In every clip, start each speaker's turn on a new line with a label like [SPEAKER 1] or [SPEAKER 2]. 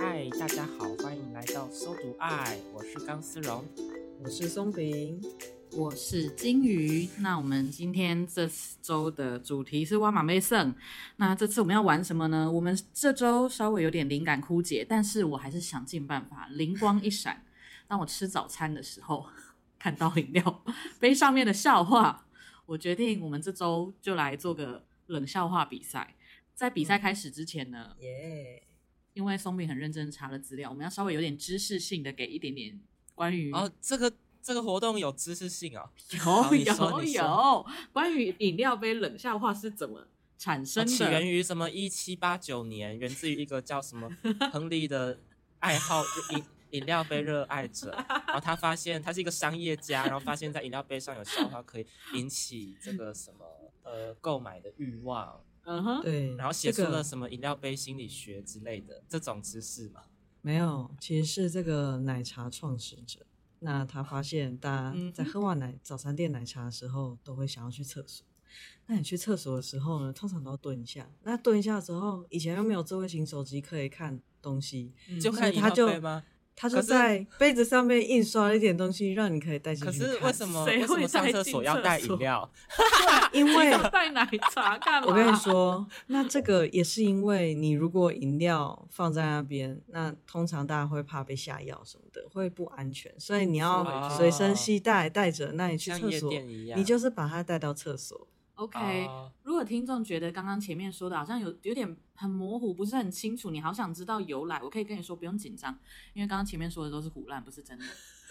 [SPEAKER 1] 嗨，大家好，欢迎来到搜读爱，我是钢丝绒。
[SPEAKER 2] 我是松饼，
[SPEAKER 3] 我是金鱼。那我们今天这次周的主题是挖马妹胜。那这次我们要玩什么呢？我们这周稍微有点灵感枯竭，但是我还是想尽办法，灵光一闪。当我吃早餐的时候，看到饮料杯上面的笑话，我决定我们这周就来做个冷笑话比赛。在比赛开始之前呢，
[SPEAKER 2] 耶、
[SPEAKER 3] 因为松饼很认真查了资料，我们要稍微有点知识性的给一点点关于
[SPEAKER 1] 哦，这个这个活动有知识性哦，好
[SPEAKER 3] 有
[SPEAKER 1] 你说
[SPEAKER 3] 有
[SPEAKER 1] 你说
[SPEAKER 3] 有，关于饮料杯冷笑话是怎么产
[SPEAKER 1] 它
[SPEAKER 3] 生
[SPEAKER 1] 哦起
[SPEAKER 3] 的？
[SPEAKER 1] 源于什么一七八九年，源自于一个叫什 么亨利的爱好就饮饮料杯热爱者，然后他发现他是一个商业家，然后发现在饮料杯上有笑话可以引起这个什么呃购买的欲望，
[SPEAKER 3] 嗯哼，
[SPEAKER 2] 对，
[SPEAKER 1] 然后写出
[SPEAKER 2] 这
[SPEAKER 1] 了
[SPEAKER 2] 个
[SPEAKER 1] 什么饮料杯心理学之类的这种知识嘛。
[SPEAKER 2] 没有，其实是这个奶茶创始者。那他发现大家
[SPEAKER 3] 嗯哼
[SPEAKER 2] 在喝完奶、早餐店奶茶的时候，都会想要去厕所。那你去厕所的时候呢，通常都要蹲一下。那蹲一下的时候，以前又没有智慧型手机可以看东西，
[SPEAKER 1] 就
[SPEAKER 2] 嗯所
[SPEAKER 1] 看
[SPEAKER 2] 以
[SPEAKER 1] 饮
[SPEAKER 2] 他
[SPEAKER 1] 料
[SPEAKER 2] 就
[SPEAKER 1] 杯吗？
[SPEAKER 2] 他
[SPEAKER 1] 可
[SPEAKER 2] 就是在杯子上面印刷了一点东西，让你可以带进
[SPEAKER 1] 可
[SPEAKER 2] 去看。
[SPEAKER 1] 是为什么
[SPEAKER 3] 谁
[SPEAKER 1] 为什
[SPEAKER 3] 会
[SPEAKER 1] 么上
[SPEAKER 3] 带
[SPEAKER 1] 厕
[SPEAKER 3] 进
[SPEAKER 1] 所要
[SPEAKER 3] 厕
[SPEAKER 1] 带
[SPEAKER 3] 所
[SPEAKER 1] 饮料？
[SPEAKER 2] 因为
[SPEAKER 3] 要带奶茶 干嘛？
[SPEAKER 2] 我跟你，说，那这个也是因为你如果饮料放在那边，那通常大家会怕被下药什么的，会不安全，所以你要
[SPEAKER 3] 哦
[SPEAKER 2] 随身携带带着。那你去
[SPEAKER 1] 像
[SPEAKER 2] 厕
[SPEAKER 1] 夜
[SPEAKER 2] 所，
[SPEAKER 1] 店一样，
[SPEAKER 2] 你就是把它带到厕所。
[SPEAKER 3] OK，、
[SPEAKER 1] 哦
[SPEAKER 3] 如果听众觉得刚刚前面说的好像有有点很模糊，不是很清楚，你好想知道由来，我可以跟你说不用紧张，因为刚刚前面说的都是胡乱，不是真的。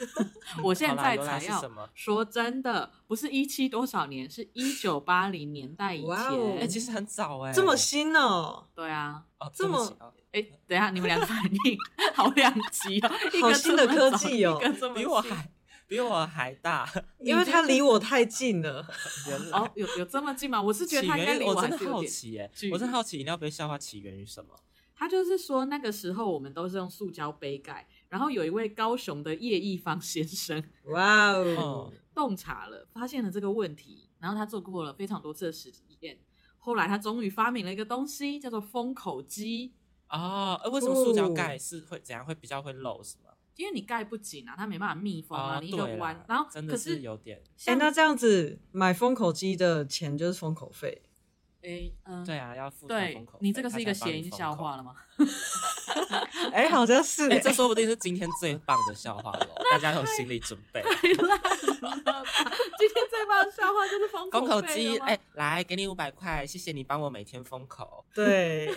[SPEAKER 3] 我现
[SPEAKER 1] 好啦
[SPEAKER 3] 在
[SPEAKER 1] 由来
[SPEAKER 3] 才
[SPEAKER 1] 是
[SPEAKER 3] 要
[SPEAKER 1] 什么
[SPEAKER 3] 说真的，不是一七多少年，是一九八零年代以前。
[SPEAKER 2] 哇哦
[SPEAKER 1] 哎、其实很早哎、
[SPEAKER 2] 这么新哦，
[SPEAKER 3] 对啊，
[SPEAKER 1] 哦，
[SPEAKER 2] 这么
[SPEAKER 1] 对不起哦
[SPEAKER 3] 哎，等一下，你们两个反应好两极哦，一
[SPEAKER 2] 好
[SPEAKER 3] 个
[SPEAKER 2] 新
[SPEAKER 3] 这
[SPEAKER 2] 的
[SPEAKER 3] 么
[SPEAKER 2] 科
[SPEAKER 3] 早
[SPEAKER 2] 技哦
[SPEAKER 3] 一个 这么
[SPEAKER 1] 比我
[SPEAKER 3] 新
[SPEAKER 1] 还比我还大，
[SPEAKER 2] 因为它离我太近了。
[SPEAKER 1] 原来
[SPEAKER 3] 哦，有有这么近吗？我是觉
[SPEAKER 1] 起
[SPEAKER 3] 得他应该
[SPEAKER 1] 源于
[SPEAKER 3] 离
[SPEAKER 1] 我
[SPEAKER 3] 还
[SPEAKER 1] 真的
[SPEAKER 3] 是有
[SPEAKER 1] 好
[SPEAKER 3] 点。
[SPEAKER 1] 奇哎、
[SPEAKER 3] 距离
[SPEAKER 1] 我真的好奇饮料杯笑话起源于什么？
[SPEAKER 3] 他就是说那个时候我们都是用塑胶杯盖，然后有一位高雄的叶一芳先生
[SPEAKER 2] 哇
[SPEAKER 1] 哦
[SPEAKER 2] 哦，
[SPEAKER 3] 洞察了，发现了这个问题，然后他做过了非常多次的实验。后来他终于发明了一个东西，叫做封口机，
[SPEAKER 1] 哦，呃为什么塑胶
[SPEAKER 2] 哦
[SPEAKER 1] 盖是会怎样会比较会漏是吗？
[SPEAKER 3] 因为你盖不紧啊，它没办法密封啊，
[SPEAKER 1] 哦，
[SPEAKER 3] 你一个
[SPEAKER 1] 对啦
[SPEAKER 3] 弯，然后
[SPEAKER 1] 真的
[SPEAKER 3] 可
[SPEAKER 1] 是
[SPEAKER 3] 是
[SPEAKER 1] 有点
[SPEAKER 2] 哎、
[SPEAKER 3] 像
[SPEAKER 2] 那这样子买封口机的钱就是封口费，
[SPEAKER 3] 哎嗯，
[SPEAKER 1] 对啊，要付它
[SPEAKER 3] 对
[SPEAKER 1] 封口费，
[SPEAKER 3] 你这个
[SPEAKER 1] 它
[SPEAKER 3] 是一个
[SPEAKER 1] 才帮
[SPEAKER 3] 谐
[SPEAKER 1] 你
[SPEAKER 3] 音
[SPEAKER 1] 封
[SPEAKER 3] 笑
[SPEAKER 1] 口
[SPEAKER 3] 话。了吗？
[SPEAKER 2] 哎、好像是、
[SPEAKER 1] 哎、这说不定是今天最棒的笑话了，哦大家有心理准备。
[SPEAKER 3] 太烂了吧！ 今天最棒的笑话就是封
[SPEAKER 1] 封口
[SPEAKER 3] 口
[SPEAKER 1] 机，哎、
[SPEAKER 3] 哎、
[SPEAKER 1] 来给你五百块，谢谢你帮我每天封口。
[SPEAKER 2] 对，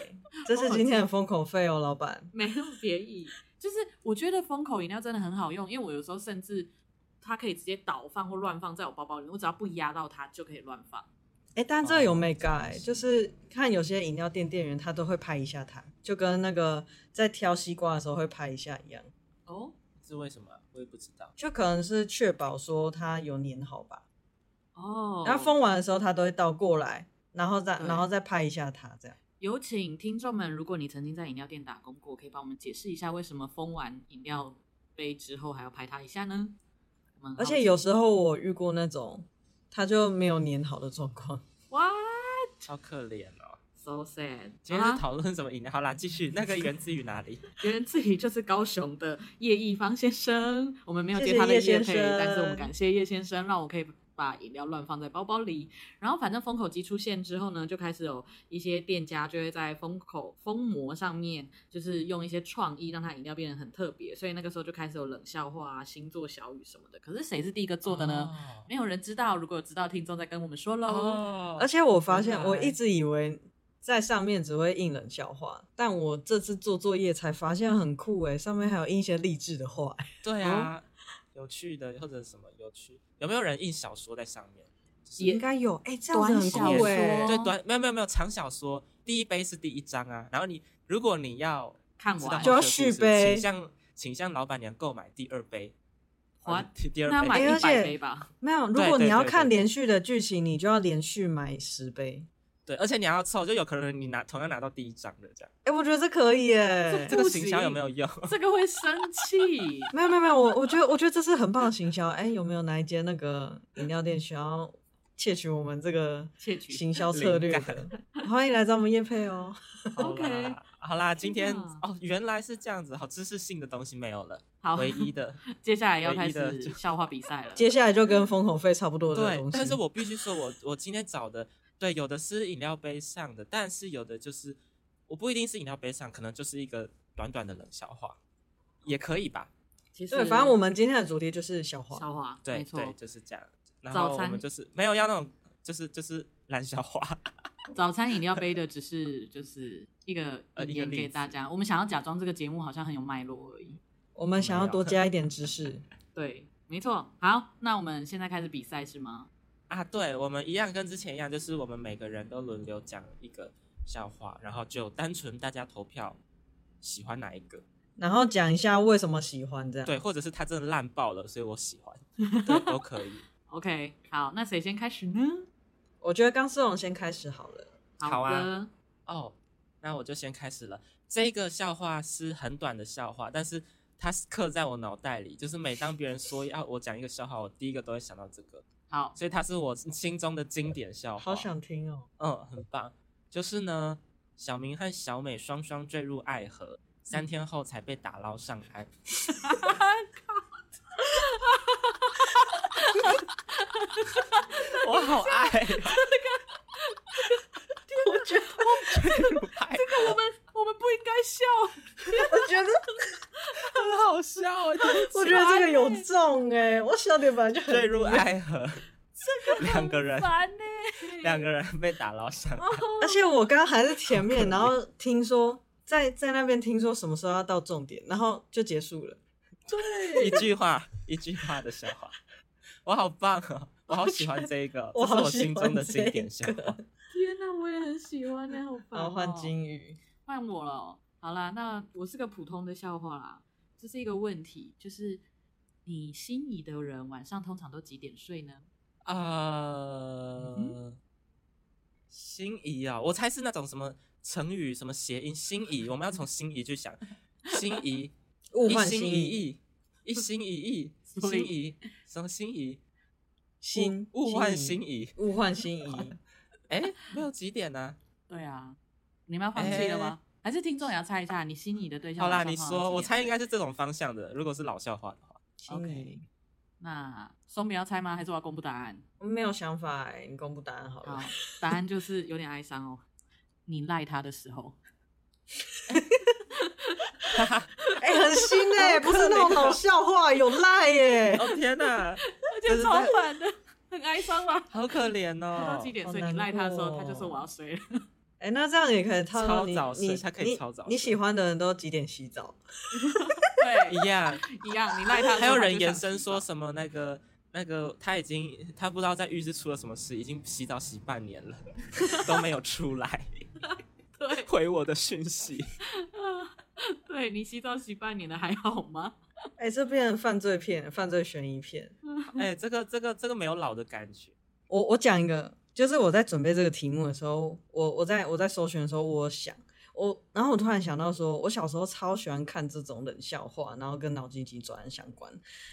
[SPEAKER 2] 这是今天的封口费哦，老板。
[SPEAKER 3] 没有别意。就是我觉得封口饮料真的很好用，因为我有时候甚至它可以直接倒放或乱放在我包包里，我只要不压到它就可以乱放。
[SPEAKER 2] 哎，但这有
[SPEAKER 1] 哦
[SPEAKER 2] mega 哎、
[SPEAKER 1] 真的是
[SPEAKER 2] 就是看有些饮料店店员他都会拍一下它，就跟那个在挑西瓜的时候会拍一下一样，
[SPEAKER 3] 哦
[SPEAKER 1] 是为什么？我也不知道。
[SPEAKER 2] 就可能是确保说它有粘好吧。
[SPEAKER 3] 哦，
[SPEAKER 2] 然后封完的时候，他都会倒过来，然后再
[SPEAKER 3] 对
[SPEAKER 2] 然后再拍一下它这样。
[SPEAKER 3] 有请听众们，如果你曾经在饮料店打工过，可以帮我们解释一下为什么封完饮料杯之后还要拍它一下呢？我们很好
[SPEAKER 2] 而
[SPEAKER 3] 奇
[SPEAKER 2] 且有时候我遇过那种它就没有粘好的状况，
[SPEAKER 3] 哇
[SPEAKER 1] 超可怜哦。
[SPEAKER 3] ，so sad。啊
[SPEAKER 1] 今天
[SPEAKER 3] 好啦
[SPEAKER 1] 是讨论什么饮料？好啦，继续。那个源自于哪里？
[SPEAKER 3] 原来自己就是高雄的叶一芳先生，我们没有接他的
[SPEAKER 2] 谢谢叶
[SPEAKER 3] 叶
[SPEAKER 2] 先
[SPEAKER 3] 配，
[SPEAKER 2] 生
[SPEAKER 3] 但是我们感谢叶先生，让我可以把饮料乱放在包包里。然后反正封口机出现之后呢，就开始有一些店家就会在封口封膜上面，就是用一些创意让它饮料变得很特别，所以那个时候就开始有冷笑话啊、星座小语什么的。可是谁是第一个 做的呢？没有人知道，如果有知道，听众再跟我们说
[SPEAKER 1] 哦，
[SPEAKER 3] 喽。
[SPEAKER 1] 哦
[SPEAKER 2] 而且我发现
[SPEAKER 1] 原来
[SPEAKER 2] 我一直以为。在上面只会印冷笑话，但我这次做作业才发现很酷诶、上面还有印一些励志的话、
[SPEAKER 3] 哦
[SPEAKER 1] 对啊，有趣的或者什么有趣，有没有人印小说在上
[SPEAKER 3] 哦
[SPEAKER 1] 面？就是
[SPEAKER 2] 应该有哎、这样子
[SPEAKER 3] 短
[SPEAKER 2] 很
[SPEAKER 3] 小
[SPEAKER 2] 酷
[SPEAKER 3] 说
[SPEAKER 2] 哎、
[SPEAKER 1] 对短没有没有没有长小说，第一杯是第一章啊，然后你如果你要
[SPEAKER 3] 看
[SPEAKER 1] 知道
[SPEAKER 3] 完
[SPEAKER 2] 就要
[SPEAKER 1] 后续的故事
[SPEAKER 2] 续杯
[SPEAKER 1] 请向请向老板娘购买第二杯。呃
[SPEAKER 3] What？
[SPEAKER 1] 第第二
[SPEAKER 3] 那买
[SPEAKER 1] 杯
[SPEAKER 2] 哎而
[SPEAKER 3] 一百
[SPEAKER 2] 且
[SPEAKER 3] 杯吧。
[SPEAKER 2] 没有，如
[SPEAKER 1] 对
[SPEAKER 2] 果
[SPEAKER 1] 对
[SPEAKER 2] 你要
[SPEAKER 1] 对
[SPEAKER 2] 看
[SPEAKER 1] 对
[SPEAKER 2] 连续的剧情，你就要连续买十杯。
[SPEAKER 1] 对，而且你还要凑，就有可能你拿同样拿到第一张的这样，
[SPEAKER 2] 哎、我觉得这可以哎、
[SPEAKER 1] 这个行销有没有 用？
[SPEAKER 3] 这个会生气。
[SPEAKER 2] 没有没有没有，我我觉得我觉得这是很棒的行销。哎、有没有哪一间那个饮料店需要窃取我们这个
[SPEAKER 3] 窃取
[SPEAKER 2] 行销策略
[SPEAKER 1] 灵
[SPEAKER 2] 的？欢迎来找我们叶配哦。
[SPEAKER 1] 好
[SPEAKER 3] OK
[SPEAKER 1] 啦好啦，今天
[SPEAKER 3] 天哪
[SPEAKER 1] 哦原来是这样子，好知识性的东西没有了，
[SPEAKER 3] 好，
[SPEAKER 1] 唯一 的
[SPEAKER 3] 接下来要开
[SPEAKER 1] 唯一的
[SPEAKER 3] 始
[SPEAKER 1] 就
[SPEAKER 3] 笑话比赛 了。
[SPEAKER 2] 接下来就跟封口费差不多的
[SPEAKER 1] 对
[SPEAKER 2] 东，西。
[SPEAKER 1] 但是我必须说我我今天找的对，有的是饮料杯上的，但是有的就是我不一定是饮料杯上，可能就是一个短短的冷笑话，也可以吧？
[SPEAKER 3] 其实
[SPEAKER 2] 对，反正我们今天的主题就是小花。
[SPEAKER 3] 笑话，
[SPEAKER 1] 对
[SPEAKER 3] 没错
[SPEAKER 1] 对，，就是这样。然
[SPEAKER 3] 早
[SPEAKER 1] 后我
[SPEAKER 3] 餐
[SPEAKER 1] 们就是没有要那种，就是就是烂笑话，
[SPEAKER 3] 早餐饮料杯的只是就是一个
[SPEAKER 1] 呃
[SPEAKER 3] 引
[SPEAKER 1] 一个
[SPEAKER 3] 言
[SPEAKER 1] 例
[SPEAKER 3] 给大家，我们想要假装这个节目好像很有脉络而已。
[SPEAKER 2] 我们想要多加一点知识。
[SPEAKER 3] 对，没错。好，那我们现在开始比赛是吗？
[SPEAKER 1] 啊，对，我们一样跟之前一样，就是我们每个人都轮流讲一个笑话，然后就单纯大家投票喜欢哪一个，
[SPEAKER 2] 然后讲一下为什么喜欢这样。
[SPEAKER 1] 对，，或者是他真的烂爆了，所以我喜欢，对，都可以。
[SPEAKER 3] OK，好，那谁先开始呢？
[SPEAKER 2] 我觉得刚思荣先开始好了。
[SPEAKER 1] 好
[SPEAKER 3] 的
[SPEAKER 1] 啊，哦，那我就先开始了。这个笑话是很短的笑话，但是它是刻在我脑袋里，就是每当别人说要我讲一个笑话，我第一个都会想到这个，
[SPEAKER 3] 好，
[SPEAKER 1] 所以它是我心中的经典笑话。
[SPEAKER 2] 好想听哦。
[SPEAKER 1] 嗯，很棒。就是呢，小明和小美双双坠入爱河，三天后才被打捞上岸。 我好爱哦、坠入爱河
[SPEAKER 3] 我们我们不应该笑，
[SPEAKER 2] 我 觉得，
[SPEAKER 1] 很好笑哦，
[SPEAKER 2] 我觉得这个有重哎、我笑点本来就很
[SPEAKER 1] 坠入爱河，两个人
[SPEAKER 3] 烦欸呢、
[SPEAKER 1] 两个人被打捞上岸，
[SPEAKER 2] 而且我刚刚还是前面，然后听说在在那边听说什么时候要到重点，然后就结束了。
[SPEAKER 1] 一句话一句话的笑话，我好棒哦，我好喜欢这一个，
[SPEAKER 2] 我
[SPEAKER 1] 这是
[SPEAKER 2] 好
[SPEAKER 1] 我
[SPEAKER 2] 喜欢
[SPEAKER 1] 心中的经
[SPEAKER 2] 这
[SPEAKER 1] 典笑话。
[SPEAKER 3] 天哪、我也很喜欢呢、好烦、
[SPEAKER 2] 然
[SPEAKER 3] 哦。
[SPEAKER 2] 后换金鱼，
[SPEAKER 3] 换我了哦。好啦，那我是个普通的笑话啦。这是一个问题，就是你心仪的人晚上通常都几点睡呢？
[SPEAKER 1] 呃，心仪啊，我猜是那种什么成语、什么谐音。心仪，我们要从心仪去想。心仪，
[SPEAKER 2] 物
[SPEAKER 1] 一
[SPEAKER 2] 换
[SPEAKER 1] 心
[SPEAKER 2] 星
[SPEAKER 1] 一
[SPEAKER 2] 移，
[SPEAKER 1] 意，一心一意，
[SPEAKER 3] 所以
[SPEAKER 1] 心仪，什么心仪？
[SPEAKER 2] 心
[SPEAKER 1] 物物换心
[SPEAKER 2] 心
[SPEAKER 1] 仪。
[SPEAKER 2] 移，物换 星移。
[SPEAKER 1] 哎，没有几点呢？
[SPEAKER 3] 对啊，你们要放弃了吗？还是听众也要猜一下你心仪的对象？
[SPEAKER 1] 好啦，你说，我猜应。该是这种方向的。如果是老笑话的话，
[SPEAKER 2] 心移
[SPEAKER 3] 那松饼要猜吗？还是我要公布答案？
[SPEAKER 2] 我没有想法哎、你公布答案好了。
[SPEAKER 3] 好，答案就是有点哀伤哦。你赖他的时候，
[SPEAKER 2] 哎、很新哎、不是那种
[SPEAKER 3] 哦
[SPEAKER 2] 老笑话，有 赖耶、
[SPEAKER 1] 哦天哪，
[SPEAKER 3] 而
[SPEAKER 1] 且超
[SPEAKER 3] 反的，很哀伤吧？
[SPEAKER 1] 好可怜
[SPEAKER 3] 到
[SPEAKER 1] 哦
[SPEAKER 3] 几。点
[SPEAKER 2] 好
[SPEAKER 3] 睡？
[SPEAKER 2] 难
[SPEAKER 3] 你赖他的时候，
[SPEAKER 2] 过哦
[SPEAKER 3] 他就说我要睡了。
[SPEAKER 2] 哎、那这样也可以套到你，
[SPEAKER 1] 超早睡
[SPEAKER 2] 你
[SPEAKER 1] 他可以
[SPEAKER 2] 你
[SPEAKER 1] 超早睡
[SPEAKER 2] 你喜欢的人都几点洗澡？
[SPEAKER 3] 对，
[SPEAKER 1] 一样。
[SPEAKER 3] 一样，你赖 他的时候。
[SPEAKER 1] 还有人
[SPEAKER 3] 他就想
[SPEAKER 1] 延伸
[SPEAKER 3] 洗
[SPEAKER 1] 说
[SPEAKER 3] 澡
[SPEAKER 1] 什么那个那个他已经他不知道在浴室出了什么事，已经洗澡洗半年了 都没有出来
[SPEAKER 3] 对
[SPEAKER 1] 回我的讯 息，
[SPEAKER 3] 对你洗澡洗半年了，还好吗？
[SPEAKER 2] 哎、这变犯罪片、犯罪悬疑片。
[SPEAKER 1] 哎、这个这个这个没有老的感觉，
[SPEAKER 2] 我我讲一个，就是我在准备这个题目的时候，我我在我在搜寻的时候，我想我，然后我突然想到说，我小时候超喜欢看这种冷笑话，然后跟脑筋急转弯相关，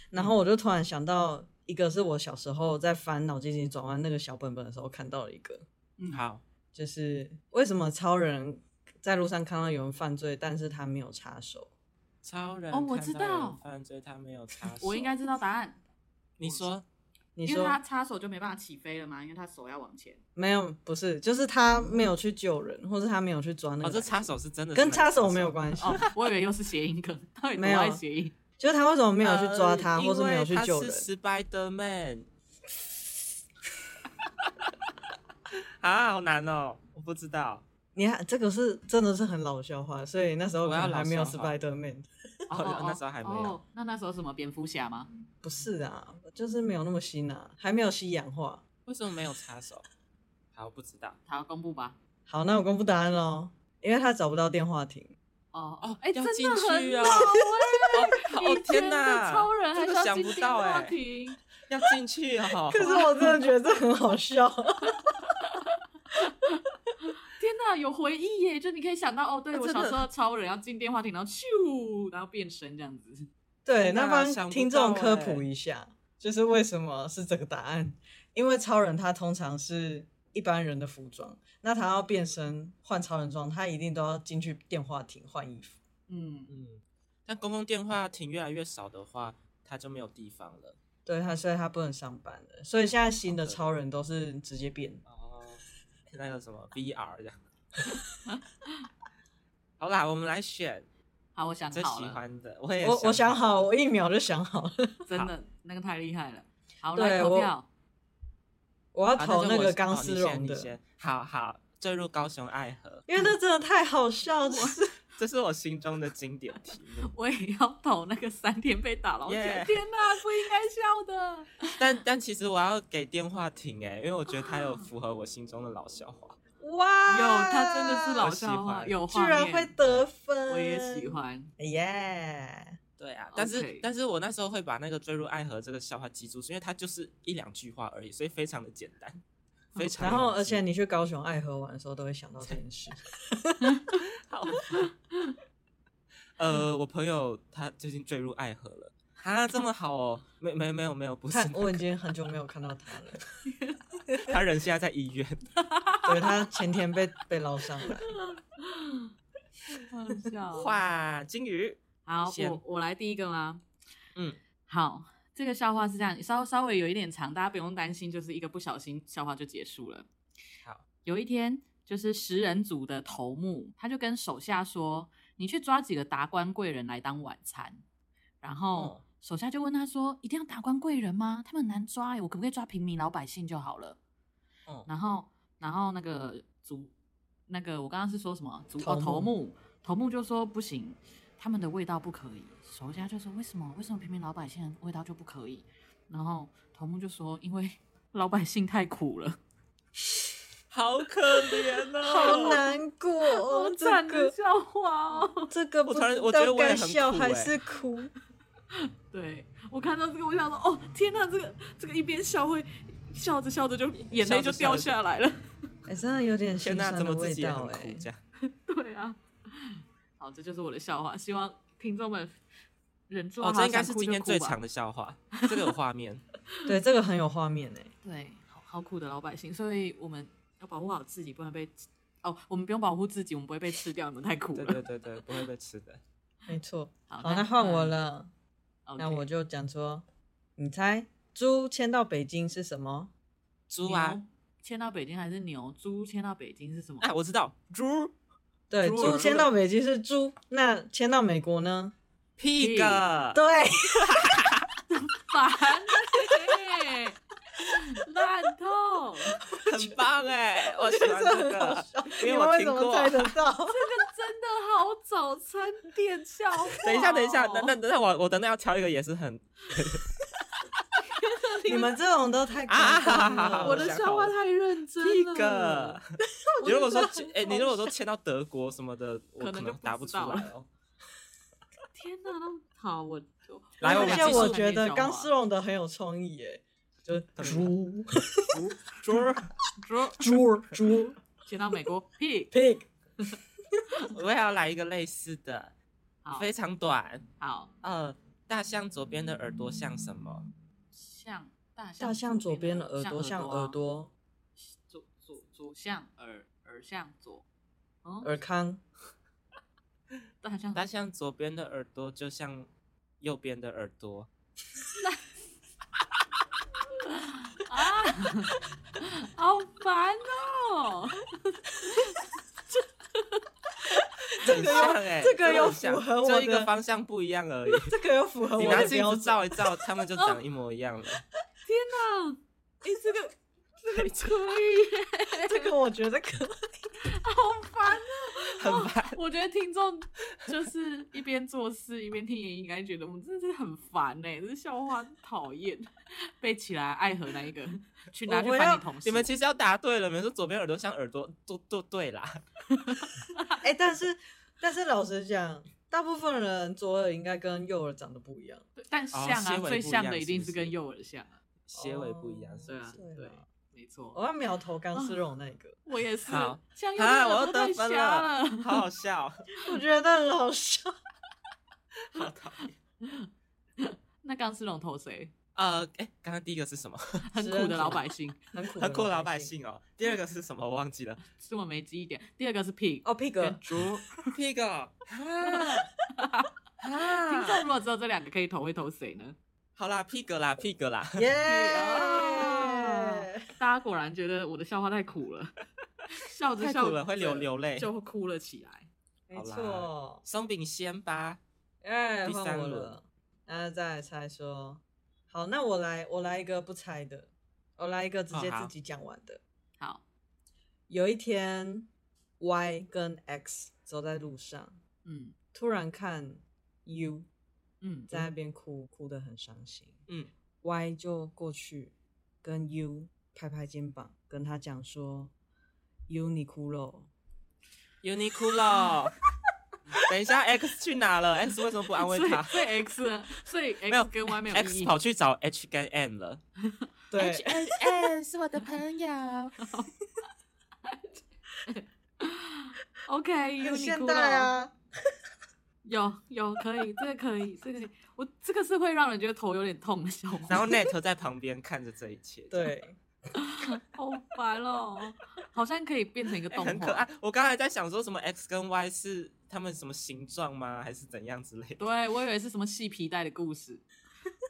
[SPEAKER 2] 然后我就突然想到一个是我小时候在翻脑筋急转弯那个小本本的时候看到了一个，
[SPEAKER 3] 嗯，
[SPEAKER 1] 好，
[SPEAKER 2] 就是为什么超人在路上看到有人犯罪，但是他没有插手，
[SPEAKER 1] 超人
[SPEAKER 3] 哦我知
[SPEAKER 1] 看到有
[SPEAKER 3] 道
[SPEAKER 1] 人犯罪他没有插手，
[SPEAKER 3] 我应该知道答案，
[SPEAKER 1] 你说
[SPEAKER 2] 你
[SPEAKER 3] 因为他
[SPEAKER 2] 说
[SPEAKER 3] 插手就没办法起飞了嘛，因为他手要往前。
[SPEAKER 2] 没有？不是，就是他没有去救人，或是他没有去抓那个
[SPEAKER 1] 哦
[SPEAKER 2] 来的
[SPEAKER 1] 这
[SPEAKER 2] 人，
[SPEAKER 1] 插手是真的是
[SPEAKER 2] 跟插手
[SPEAKER 1] 没
[SPEAKER 2] 没
[SPEAKER 1] 有
[SPEAKER 2] 有关系。
[SPEAKER 3] 哦，我以为又是谐音梗，到底多
[SPEAKER 2] 没有
[SPEAKER 3] 爱谐音？
[SPEAKER 2] 就是他为什么
[SPEAKER 1] 没
[SPEAKER 2] 没有去抓呃他，
[SPEAKER 1] 呃
[SPEAKER 2] 或是没有去救人？
[SPEAKER 1] ，Spider Man 啊，好难哦，我不知道。
[SPEAKER 2] 你看这个是真的是很老笑话，所以那时候
[SPEAKER 1] 我要
[SPEAKER 2] 可能还没有
[SPEAKER 1] 老笑话
[SPEAKER 2] Spider Man，
[SPEAKER 3] 哦
[SPEAKER 1] 哦那时候还没有
[SPEAKER 3] 哦那那时候什么蝙蝠侠吗？
[SPEAKER 2] 不是啊，就是没有那么新啊，还没有西洋化。
[SPEAKER 1] 为什么没有插手？好，不知道。
[SPEAKER 3] 好，公布吧。
[SPEAKER 2] 好，那我公布答案喽，因为他找不到电话亭。
[SPEAKER 3] 哦
[SPEAKER 1] 哦
[SPEAKER 3] 哎，
[SPEAKER 1] 要
[SPEAKER 3] 真的
[SPEAKER 1] 进
[SPEAKER 3] 很
[SPEAKER 1] 去
[SPEAKER 3] 老
[SPEAKER 1] 哦
[SPEAKER 3] 哎！
[SPEAKER 1] 哦哦
[SPEAKER 3] 以前
[SPEAKER 1] 天
[SPEAKER 3] 的
[SPEAKER 1] 哪
[SPEAKER 3] 超人还
[SPEAKER 1] 这个
[SPEAKER 3] 是要
[SPEAKER 1] 想
[SPEAKER 3] 进
[SPEAKER 1] 不
[SPEAKER 3] 电
[SPEAKER 1] 到
[SPEAKER 3] 话
[SPEAKER 1] 哎
[SPEAKER 3] 亭。
[SPEAKER 1] 要进去哦。
[SPEAKER 2] 可是我真的觉得这很好 笑，
[SPEAKER 3] 天哪，有回忆耶！就你可以想到哦，对
[SPEAKER 2] 啊
[SPEAKER 3] 我
[SPEAKER 2] 真的
[SPEAKER 3] 小时候超人，然后进电话亭，然后咻，然后变身这样子。
[SPEAKER 2] 对，
[SPEAKER 1] 天
[SPEAKER 2] 那
[SPEAKER 1] 哪
[SPEAKER 2] 帮
[SPEAKER 1] 想不
[SPEAKER 2] 听众
[SPEAKER 1] 到欸
[SPEAKER 2] 科普一下，就是为什么是这个答案？因为超人他通常是一般人的服装，那他要变身换超人装，他一定都要进去电话亭换衣服。
[SPEAKER 3] 嗯，
[SPEAKER 1] 嗯，但公共电话亭越来越少的话，它就没有地方了。
[SPEAKER 2] 对他，所以他不能上班了。所以现在新的
[SPEAKER 1] 好可怜
[SPEAKER 2] 超人都是直接变。
[SPEAKER 1] 哦，那有什么 VR 这样？ 好啦，我们来选
[SPEAKER 3] 好，我想
[SPEAKER 1] 最
[SPEAKER 3] 好
[SPEAKER 1] 喜
[SPEAKER 3] 了，
[SPEAKER 1] 欢的。我也
[SPEAKER 2] 我我想好，
[SPEAKER 1] 好
[SPEAKER 2] 我一秒就想好了，
[SPEAKER 3] 真的那个太厉害了。好，
[SPEAKER 2] 对
[SPEAKER 3] 来投
[SPEAKER 2] 我
[SPEAKER 3] 票。。
[SPEAKER 2] 我要
[SPEAKER 1] 好
[SPEAKER 2] 投
[SPEAKER 1] 就
[SPEAKER 2] 那
[SPEAKER 1] 我
[SPEAKER 2] 个
[SPEAKER 1] 先
[SPEAKER 2] 钢
[SPEAKER 1] 哦
[SPEAKER 2] 丝
[SPEAKER 1] 你先
[SPEAKER 2] 绒
[SPEAKER 1] 你
[SPEAKER 2] 的，
[SPEAKER 1] 先好好，坠入高雄爱河，
[SPEAKER 2] 因为那真的太 好笑了。
[SPEAKER 1] 这是我心中的经典题目
[SPEAKER 3] 我也要投那个三天被打捞起来。
[SPEAKER 1] Yeah
[SPEAKER 3] 天哪，不应该笑 的。
[SPEAKER 1] 但但其实我要给电话亭哎、因为我觉得它有符合我心中的老笑话。
[SPEAKER 2] 哇，
[SPEAKER 3] 有，他真的是老
[SPEAKER 1] 我喜
[SPEAKER 3] 笑话，
[SPEAKER 1] 欢
[SPEAKER 3] 啊有
[SPEAKER 2] 居
[SPEAKER 3] 画
[SPEAKER 2] 然
[SPEAKER 3] 面
[SPEAKER 2] 会得分，
[SPEAKER 3] 我也喜。欢。
[SPEAKER 2] 耶、
[SPEAKER 1] 对啊，但是
[SPEAKER 3] OK
[SPEAKER 1] 但是我那时候会把那个坠入爱河这个笑话记住，是因为它就是一两句话而已，所以非常的简 单，非常的
[SPEAKER 2] 然
[SPEAKER 1] 好记。
[SPEAKER 2] 后，而且你去高雄爱河玩的时候，都会想到这件事。
[SPEAKER 1] 好， 呃，我朋友他最近坠入爱河了。啊，这么好哦？没没没有没有，不是
[SPEAKER 2] 看，
[SPEAKER 1] 那
[SPEAKER 2] 我
[SPEAKER 1] 个、
[SPEAKER 2] 已经很久没有看到他了。
[SPEAKER 1] 他人现在在医院。
[SPEAKER 2] 对他前天被被捞上 来，
[SPEAKER 3] 好笑。
[SPEAKER 1] 哦哇，金鱼，
[SPEAKER 3] 好，
[SPEAKER 1] 先
[SPEAKER 3] 我我来第一个吗？
[SPEAKER 1] 嗯，
[SPEAKER 3] 好，这个笑话是这样，稍稍微有一点长，大家不用担心，就是一个不小心笑话就结束了。
[SPEAKER 1] 好，
[SPEAKER 3] 有一天，就是食人族的头目，他就跟手下说：“你去抓几个达官贵人来当晚餐。”然后
[SPEAKER 1] 哦
[SPEAKER 3] 手下就问他说：“一定要达官贵人吗？他们很难抓、欸，我可不可以抓平民老百姓就好了？”
[SPEAKER 1] 哦
[SPEAKER 3] 然后，然后那个族，那个我刚刚是说什么？族
[SPEAKER 2] 头
[SPEAKER 3] 哦
[SPEAKER 2] 目
[SPEAKER 3] 头目，头目就说不行，他们的味道不可以。手下就说为什么？为什么平民老百姓的味道就不可以？然后头目就说因为老百姓太苦了。
[SPEAKER 1] 好可怜 哦，
[SPEAKER 2] 好难过。哦这
[SPEAKER 3] 惨的
[SPEAKER 2] 个
[SPEAKER 3] 笑话哦！
[SPEAKER 2] 这个不
[SPEAKER 1] 我突然
[SPEAKER 2] 知
[SPEAKER 1] 我觉得
[SPEAKER 2] 道
[SPEAKER 1] 我也
[SPEAKER 2] 该
[SPEAKER 1] 很
[SPEAKER 2] 笑
[SPEAKER 1] 苦欸
[SPEAKER 2] 还是哭。
[SPEAKER 3] 对我看到这个，我想说，哦，天哪，这个这个一边笑会笑着笑着就眼泪就掉下来了。
[SPEAKER 2] 哎、真的有点心
[SPEAKER 1] 天哪，
[SPEAKER 2] 酸
[SPEAKER 1] 怎
[SPEAKER 2] 的
[SPEAKER 1] 么自
[SPEAKER 2] 味
[SPEAKER 1] 己也
[SPEAKER 2] 道
[SPEAKER 1] 很
[SPEAKER 2] 哎、
[SPEAKER 1] 苦这样？
[SPEAKER 3] 对啊，好，这就是我的笑话，希望听众们忍住
[SPEAKER 1] 哦，
[SPEAKER 3] 好
[SPEAKER 1] 这应该
[SPEAKER 3] 想
[SPEAKER 1] 是
[SPEAKER 3] 哭
[SPEAKER 1] 今
[SPEAKER 3] 就
[SPEAKER 1] 天
[SPEAKER 3] 哭
[SPEAKER 1] 最
[SPEAKER 3] 吧
[SPEAKER 1] 长的笑话，这个有画面。
[SPEAKER 2] 对，这个很有画面哎、
[SPEAKER 3] 对，好好苦的老百姓，所以我们要保护好自己，不能被哦，我们不用保护自己，我们不会被吃掉，你们太苦
[SPEAKER 1] 对
[SPEAKER 3] 了。
[SPEAKER 1] 对对对，不会被吃的。
[SPEAKER 2] 没错。
[SPEAKER 3] 好嗯
[SPEAKER 2] 好，那换我，了。
[SPEAKER 3] 那
[SPEAKER 2] 那我
[SPEAKER 3] 就
[SPEAKER 2] 就讲说，你猜猪迁到北京是什么？
[SPEAKER 1] 猪啊，
[SPEAKER 3] 迁到北京还是牛？猪迁到北京是什么？
[SPEAKER 1] 哎，我知道，猪
[SPEAKER 2] 对，
[SPEAKER 1] 猪
[SPEAKER 2] 猪迁到北京是猪，那迁到美国呢？
[SPEAKER 1] pig。
[SPEAKER 2] 对，
[SPEAKER 3] 烦欸、烂透！
[SPEAKER 1] 很棒 哎，我喜
[SPEAKER 2] 真
[SPEAKER 1] 欢这
[SPEAKER 2] 的很好
[SPEAKER 1] 个
[SPEAKER 2] 笑。，
[SPEAKER 1] 因
[SPEAKER 2] 你
[SPEAKER 1] 为
[SPEAKER 2] 们
[SPEAKER 1] 我
[SPEAKER 2] 为
[SPEAKER 1] 听
[SPEAKER 2] 什么猜得
[SPEAKER 1] 过。
[SPEAKER 2] 到？
[SPEAKER 3] 真的好早餐店笑话哦。
[SPEAKER 1] 等一下，等一下，那那那我我等等要挑一个也是很
[SPEAKER 2] 你们这种都太夸
[SPEAKER 1] 啊哈
[SPEAKER 2] 张
[SPEAKER 1] 哈哈
[SPEAKER 2] 了。
[SPEAKER 1] 哈！
[SPEAKER 3] 我的笑话太认真了
[SPEAKER 1] pig。。你啊如果说
[SPEAKER 3] 我真的
[SPEAKER 1] 哎，
[SPEAKER 3] 很
[SPEAKER 1] 你如果说签到德国什么的，我
[SPEAKER 3] 可能就
[SPEAKER 1] 能答
[SPEAKER 3] 不知
[SPEAKER 1] 出
[SPEAKER 3] 道
[SPEAKER 1] 来哦。
[SPEAKER 3] 天哪，那好，我就
[SPEAKER 1] 来我
[SPEAKER 2] 而
[SPEAKER 1] 们
[SPEAKER 2] 且
[SPEAKER 1] 继续
[SPEAKER 2] 我觉得
[SPEAKER 3] 刚
[SPEAKER 2] 刚丝绒的很有创意耶，就是猪
[SPEAKER 1] 猪儿，
[SPEAKER 3] 猪
[SPEAKER 2] 猪猪
[SPEAKER 3] 迁到美国 pig。
[SPEAKER 2] pig，
[SPEAKER 1] 我也要来一个类似的，
[SPEAKER 3] 好
[SPEAKER 1] 非常短。
[SPEAKER 3] 好，
[SPEAKER 1] 呃，大象左边的耳朵像什么？
[SPEAKER 3] 像大象
[SPEAKER 2] 大象左边的
[SPEAKER 3] 的
[SPEAKER 2] 耳朵像耳，朵，
[SPEAKER 3] 啊左左左向耳耳向左，嗯，
[SPEAKER 2] 尔康
[SPEAKER 3] 大象
[SPEAKER 1] 大象左边的耳朵就像右边的耳朵。
[SPEAKER 3] 啊，好烦哦！
[SPEAKER 1] 很像哎，
[SPEAKER 2] 这个有
[SPEAKER 1] 真的很像
[SPEAKER 2] 符合我
[SPEAKER 1] 就
[SPEAKER 2] 的
[SPEAKER 1] 一个方向不一样而已。
[SPEAKER 2] 这个有符合
[SPEAKER 3] 哦
[SPEAKER 1] 你
[SPEAKER 2] 我
[SPEAKER 1] 拿
[SPEAKER 2] 的
[SPEAKER 1] 镜
[SPEAKER 2] 标
[SPEAKER 1] 子
[SPEAKER 2] 准。
[SPEAKER 3] 哦
[SPEAKER 1] 照一照，他们就长一模一样了。
[SPEAKER 3] 天哪，哎，这个可以，
[SPEAKER 2] 这个我觉得可
[SPEAKER 3] 好烦。
[SPEAKER 1] 很烦。
[SPEAKER 3] 我觉得听众就是一边做事一边听，也应该觉得我们真的是很烦哎、欸，这笑话讨厌。背起来，爱河那一 个，去拿去
[SPEAKER 2] 我
[SPEAKER 3] 烦
[SPEAKER 2] 要
[SPEAKER 3] 你同事。
[SPEAKER 1] 你们其实要答对了，你们说左边耳朵像耳朵，都都对 啦。
[SPEAKER 2] 哎、但是但是老实讲，大部分人左耳应该跟右耳长得不一样。
[SPEAKER 3] 对但像啊，
[SPEAKER 1] 哦
[SPEAKER 3] 最像的一定
[SPEAKER 1] 是不是
[SPEAKER 3] 跟右耳像啊。
[SPEAKER 1] 结尾不一样是
[SPEAKER 3] 对
[SPEAKER 1] 不
[SPEAKER 3] 啊
[SPEAKER 1] 是？，
[SPEAKER 2] 对
[SPEAKER 3] 对
[SPEAKER 2] 啦，
[SPEAKER 3] 没
[SPEAKER 2] 我
[SPEAKER 3] 错。
[SPEAKER 2] 要苗头钢丝绒那个，
[SPEAKER 3] 我也是
[SPEAKER 1] 好，
[SPEAKER 3] 像右
[SPEAKER 1] 啊，
[SPEAKER 3] 耳
[SPEAKER 1] 我又
[SPEAKER 3] 朵
[SPEAKER 1] 得
[SPEAKER 3] 太
[SPEAKER 1] 分
[SPEAKER 3] 瞎
[SPEAKER 1] 了
[SPEAKER 3] 了。，
[SPEAKER 1] 好好笑，
[SPEAKER 2] 我觉得很好笑。
[SPEAKER 1] 好讨厌。
[SPEAKER 3] 那钢丝龙投谁？
[SPEAKER 1] 呃，哎，刚刚第一个是啊什么？
[SPEAKER 3] 很苦的老百姓，
[SPEAKER 2] 很苦，
[SPEAKER 1] 很酷老百。姓哦。第二个是什么？我忘记 了。
[SPEAKER 3] 这么没记忆点。第二个是 pig，
[SPEAKER 2] 哦，pig，
[SPEAKER 3] 跟猪。
[SPEAKER 1] 第一个啊 啊
[SPEAKER 3] 听众如果只有这两个可以投，会投谁呢？
[SPEAKER 1] 好啦，pig 啦，pig 啦，
[SPEAKER 2] 耶、
[SPEAKER 3] 哦大家果然觉得我的笑话太苦了，笑着
[SPEAKER 1] 太
[SPEAKER 3] 笑
[SPEAKER 1] 苦
[SPEAKER 3] 着
[SPEAKER 1] 了，会流流泪。
[SPEAKER 3] 就哭了起来。
[SPEAKER 2] 没错。
[SPEAKER 1] 松饼先吧，
[SPEAKER 2] 哎，
[SPEAKER 1] 第
[SPEAKER 2] 换
[SPEAKER 1] 三
[SPEAKER 2] 我
[SPEAKER 1] 轮
[SPEAKER 2] 了，那再来猜说。好，那我来，我来一个不猜的，我来一个直接
[SPEAKER 1] 哦好
[SPEAKER 2] 自己讲完的。
[SPEAKER 3] 好，
[SPEAKER 2] 有一天，Y 跟 X 走在路上，
[SPEAKER 3] 嗯
[SPEAKER 2] 突然看 U
[SPEAKER 3] 嗯，
[SPEAKER 2] 在那边哭，哭得很伤心。
[SPEAKER 1] 嗯，
[SPEAKER 2] Y 就过去跟 U 拍拍肩膀，跟他讲说：“U 你哭了。
[SPEAKER 1] Uniqlo。等一下，X 去哪了？X 为什么不安慰
[SPEAKER 3] 所以
[SPEAKER 1] 他？
[SPEAKER 3] 所以 X，呢所以
[SPEAKER 1] 没有
[SPEAKER 3] X 跟 Y 没有意
[SPEAKER 1] X
[SPEAKER 3] 义。
[SPEAKER 1] 跑去找 H 跟 M 了。”
[SPEAKER 2] 对，
[SPEAKER 1] N N 是我的朋友。
[SPEAKER 3] OK，有
[SPEAKER 2] 很
[SPEAKER 3] 你哭
[SPEAKER 2] 现
[SPEAKER 3] 了哦
[SPEAKER 2] 代啊。
[SPEAKER 3] 有有可以，这个可以，这个可以我这个是会让人觉得头有点痛的笑话，
[SPEAKER 1] 然后 Net 在旁边看着这一切，
[SPEAKER 2] 对，
[SPEAKER 3] 好烦哦，好像可以变成一个
[SPEAKER 1] 哎
[SPEAKER 3] 动
[SPEAKER 1] 很可
[SPEAKER 3] 画
[SPEAKER 1] 爱。。我刚才在想说什么 X 跟 Y 是他们什么形状吗？还是怎样之类的？
[SPEAKER 3] 对，我以为是什么细皮带的故事。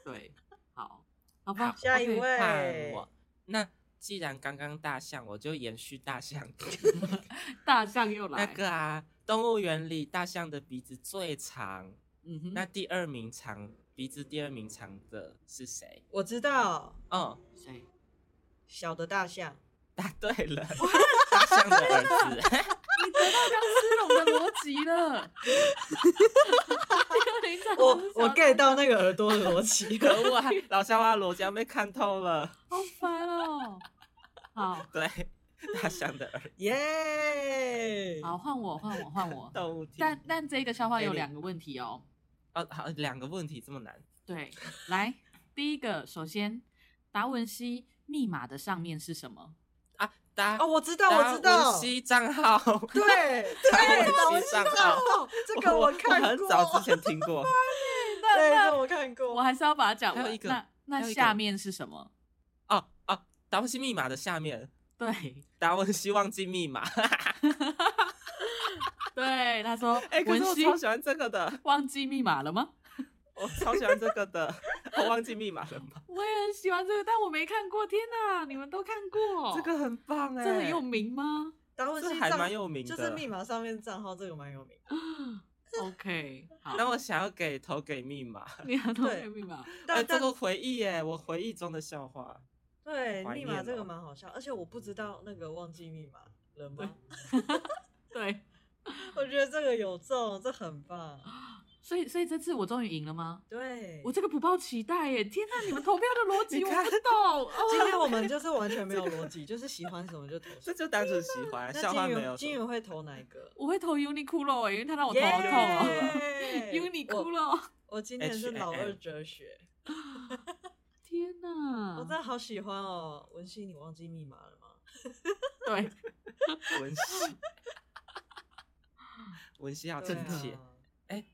[SPEAKER 3] 对，好，好吧，
[SPEAKER 2] 下一
[SPEAKER 3] OK
[SPEAKER 1] 看
[SPEAKER 2] 位，
[SPEAKER 1] 我。那既然刚刚大象，我就延续大象的
[SPEAKER 3] 大象又来，
[SPEAKER 1] 那个啊，动物园里大象的鼻子最长，
[SPEAKER 3] 嗯哼，
[SPEAKER 1] 那第二名长鼻子第二名长的是谁？
[SPEAKER 2] 我知道
[SPEAKER 1] 哦，
[SPEAKER 3] 谁？
[SPEAKER 2] 小的大 象，
[SPEAKER 1] 答对 了，大象的儿子。
[SPEAKER 3] 你得到张思龙的逻辑 了。
[SPEAKER 2] 我我 get 到那个耳朵的逻辑
[SPEAKER 1] 可
[SPEAKER 2] 了。
[SPEAKER 1] 恶啊！老乡啊，罗江被看透了。
[SPEAKER 3] 好烦哦。好
[SPEAKER 1] 对，大象的儿
[SPEAKER 2] 耶！
[SPEAKER 3] 好，换我，换我，换我。
[SPEAKER 1] 动物体。
[SPEAKER 3] 但但这个笑话
[SPEAKER 1] 给
[SPEAKER 3] 有
[SPEAKER 1] 哎你
[SPEAKER 3] 两个问题哦。
[SPEAKER 1] 哦，好，两个问题这么难。
[SPEAKER 3] 对，来，第一个，首先，达文西密码的上面是什么？
[SPEAKER 1] 啊，答
[SPEAKER 2] 哦，我知道，我知
[SPEAKER 1] 达
[SPEAKER 2] 道
[SPEAKER 1] 文，西账号，
[SPEAKER 2] 对哎
[SPEAKER 1] 达
[SPEAKER 2] 对，
[SPEAKER 1] 文西账号，
[SPEAKER 2] 哦，这个
[SPEAKER 1] 啊我
[SPEAKER 2] 看
[SPEAKER 1] 很
[SPEAKER 2] 过，
[SPEAKER 1] 早之前听过。
[SPEAKER 2] 对，这个我看
[SPEAKER 3] 我
[SPEAKER 2] 过。
[SPEAKER 3] 还是要把它讲
[SPEAKER 1] 还有
[SPEAKER 3] 完
[SPEAKER 1] 一。个
[SPEAKER 3] 那那
[SPEAKER 1] 还有一个
[SPEAKER 3] 下面是什么？
[SPEAKER 1] 哦哦，达文西密码的下面，
[SPEAKER 3] 对
[SPEAKER 1] 达文西忘记密码。
[SPEAKER 3] 对，他说
[SPEAKER 1] 哎，可
[SPEAKER 3] 文
[SPEAKER 1] 是我
[SPEAKER 3] 西
[SPEAKER 1] 超喜欢这个的，
[SPEAKER 3] 忘记密码了吗？
[SPEAKER 1] 我超喜欢这个的。 我忘记密码了吗？
[SPEAKER 3] 我也很喜欢这个，但我没看过。天哪，你们都看过？
[SPEAKER 1] 这个很棒哎，
[SPEAKER 3] 这很有，名吗
[SPEAKER 2] 达文
[SPEAKER 1] 这
[SPEAKER 2] 西
[SPEAKER 1] 还
[SPEAKER 2] 账
[SPEAKER 1] 蛮有名的。
[SPEAKER 2] 就是密码上面账号这个蛮有名的，
[SPEAKER 3] ？OK，好，
[SPEAKER 1] 那我想要给投给密码。
[SPEAKER 3] 你还都
[SPEAKER 2] 对
[SPEAKER 3] 没密码？
[SPEAKER 1] 哎，
[SPEAKER 2] 但
[SPEAKER 1] 这
[SPEAKER 2] 但
[SPEAKER 1] 个回忆耶，我回忆中的笑话。
[SPEAKER 2] 对
[SPEAKER 1] 怀
[SPEAKER 2] 密
[SPEAKER 1] 念
[SPEAKER 2] 码这个
[SPEAKER 1] 哦
[SPEAKER 2] 蛮好笑，而且我不知道那个忘记密码了吗？
[SPEAKER 1] 嗯
[SPEAKER 3] 对，
[SPEAKER 2] 我觉得这个有中，这很棒。
[SPEAKER 3] 所以所以这次我终于赢了吗？
[SPEAKER 2] 对，
[SPEAKER 3] 我这个不抱期待耶！天哪，你们投票的逻辑
[SPEAKER 1] 你
[SPEAKER 3] 我
[SPEAKER 1] 看
[SPEAKER 3] 不懂。哦
[SPEAKER 2] 今天我们就是完全没有逻辑，就是喜欢什么就投什
[SPEAKER 1] 这
[SPEAKER 2] 么。
[SPEAKER 1] 就单纯喜欢，
[SPEAKER 2] 那
[SPEAKER 1] 笑话
[SPEAKER 2] 金
[SPEAKER 1] 没
[SPEAKER 2] 鱼
[SPEAKER 1] 有
[SPEAKER 2] 金
[SPEAKER 1] 什
[SPEAKER 2] 鱼
[SPEAKER 1] 么。
[SPEAKER 2] 会投哪一 个？
[SPEAKER 3] 我会投 Uniqlo 哎，因为他让我头好痛哦。
[SPEAKER 2] 耶我
[SPEAKER 3] Uniqlo，
[SPEAKER 2] 我今年是
[SPEAKER 1] H&M
[SPEAKER 2] 老二哲学，
[SPEAKER 3] 天
[SPEAKER 1] 嗯
[SPEAKER 3] 哪！
[SPEAKER 2] 我真的好喜欢哦。文熙，你忘记密码了吗？
[SPEAKER 3] 对，
[SPEAKER 1] 文熙， 文熙好亲
[SPEAKER 2] 对啊
[SPEAKER 1] 切。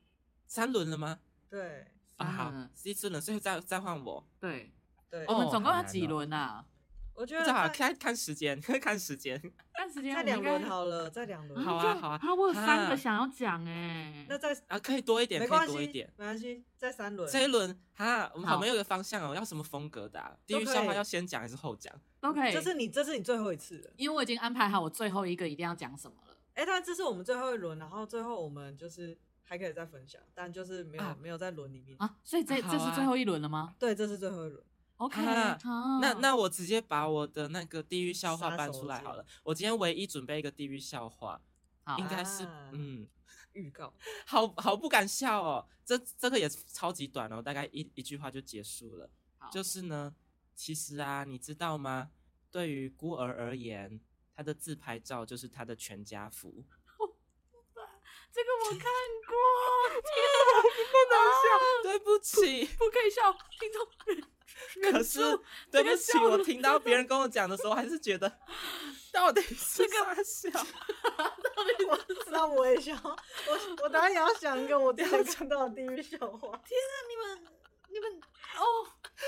[SPEAKER 1] 三轮了吗？
[SPEAKER 2] 对
[SPEAKER 1] 啊，好
[SPEAKER 3] 三轮了，
[SPEAKER 1] 第四轮，所以再再换我。
[SPEAKER 3] 对，
[SPEAKER 2] 对，
[SPEAKER 3] 我
[SPEAKER 1] 哦
[SPEAKER 3] 们总共
[SPEAKER 1] 好
[SPEAKER 3] 要
[SPEAKER 1] 难
[SPEAKER 3] 几
[SPEAKER 1] 哦
[SPEAKER 3] 轮啊？
[SPEAKER 2] 我觉
[SPEAKER 1] 不
[SPEAKER 2] 得
[SPEAKER 1] 知道啊，
[SPEAKER 2] 再
[SPEAKER 1] 看看时间， 看时间。
[SPEAKER 3] 看时间
[SPEAKER 2] 再
[SPEAKER 3] 我们
[SPEAKER 2] 两
[SPEAKER 3] 应该
[SPEAKER 2] 轮好了，再两轮。
[SPEAKER 1] 好啊
[SPEAKER 3] 这样
[SPEAKER 1] 啊
[SPEAKER 3] 啊，我有三
[SPEAKER 1] 啊
[SPEAKER 3] 个想要讲哎。
[SPEAKER 2] 那再
[SPEAKER 1] 啊，可以多一点，
[SPEAKER 2] 没
[SPEAKER 1] 可以
[SPEAKER 2] 关
[SPEAKER 1] 多
[SPEAKER 2] 系，
[SPEAKER 1] 一
[SPEAKER 2] 没
[SPEAKER 1] 点。
[SPEAKER 2] 关系，再三轮。
[SPEAKER 1] 这一轮哈，我们好
[SPEAKER 3] 好
[SPEAKER 1] 没有一个方向哦，要什么风格的啊？地
[SPEAKER 2] 都
[SPEAKER 1] 狱
[SPEAKER 2] 可
[SPEAKER 1] 笑话
[SPEAKER 2] 以
[SPEAKER 1] 要先讲还是后讲？
[SPEAKER 3] 都可以，
[SPEAKER 2] 这是你，这是你最后一次了。
[SPEAKER 3] 因为我已经安排好我最后一个一定要讲什么了。
[SPEAKER 2] 哎、但这是我们最后一轮，然后最后我们就是还可以再分享，但就是没有、
[SPEAKER 1] 啊
[SPEAKER 2] 没有在轮里面。
[SPEAKER 3] 啊，所以这、
[SPEAKER 1] 好
[SPEAKER 3] 这
[SPEAKER 1] 啊
[SPEAKER 3] 是最后一轮了吗？
[SPEAKER 2] 对，这是最后一轮。
[SPEAKER 3] OK，
[SPEAKER 1] 啊
[SPEAKER 3] 好
[SPEAKER 1] 那那我直接把我的那个地狱笑话
[SPEAKER 2] 杀
[SPEAKER 1] 搬
[SPEAKER 2] 手
[SPEAKER 1] 出来
[SPEAKER 2] 锏
[SPEAKER 1] 好了。我今天唯一准备一个地狱笑话，
[SPEAKER 3] 好
[SPEAKER 1] 应该是
[SPEAKER 2] 啊
[SPEAKER 1] 嗯，
[SPEAKER 2] 预告
[SPEAKER 1] 好好不敢笑哦。这这个也超级短哦，大概一一句话就结束了
[SPEAKER 3] 好。
[SPEAKER 1] 就是呢，其实啊，你知道吗？对于孤儿而言，他的自拍照就是他的全家福。
[SPEAKER 3] 这个我看过，
[SPEAKER 2] 啊
[SPEAKER 1] 对不起，
[SPEAKER 3] 不可以笑，听众忍
[SPEAKER 1] 可是
[SPEAKER 3] 住
[SPEAKER 1] 对
[SPEAKER 3] 这
[SPEAKER 1] 不
[SPEAKER 3] 个
[SPEAKER 1] 起，
[SPEAKER 3] 笑
[SPEAKER 1] 我
[SPEAKER 3] 了
[SPEAKER 1] 听到别人跟我讲的时候，还是觉 得到底是啥笑？
[SPEAKER 2] 那我也想，我我当然也要想一个我之前 看到的地狱笑话。
[SPEAKER 3] 你们你们哦，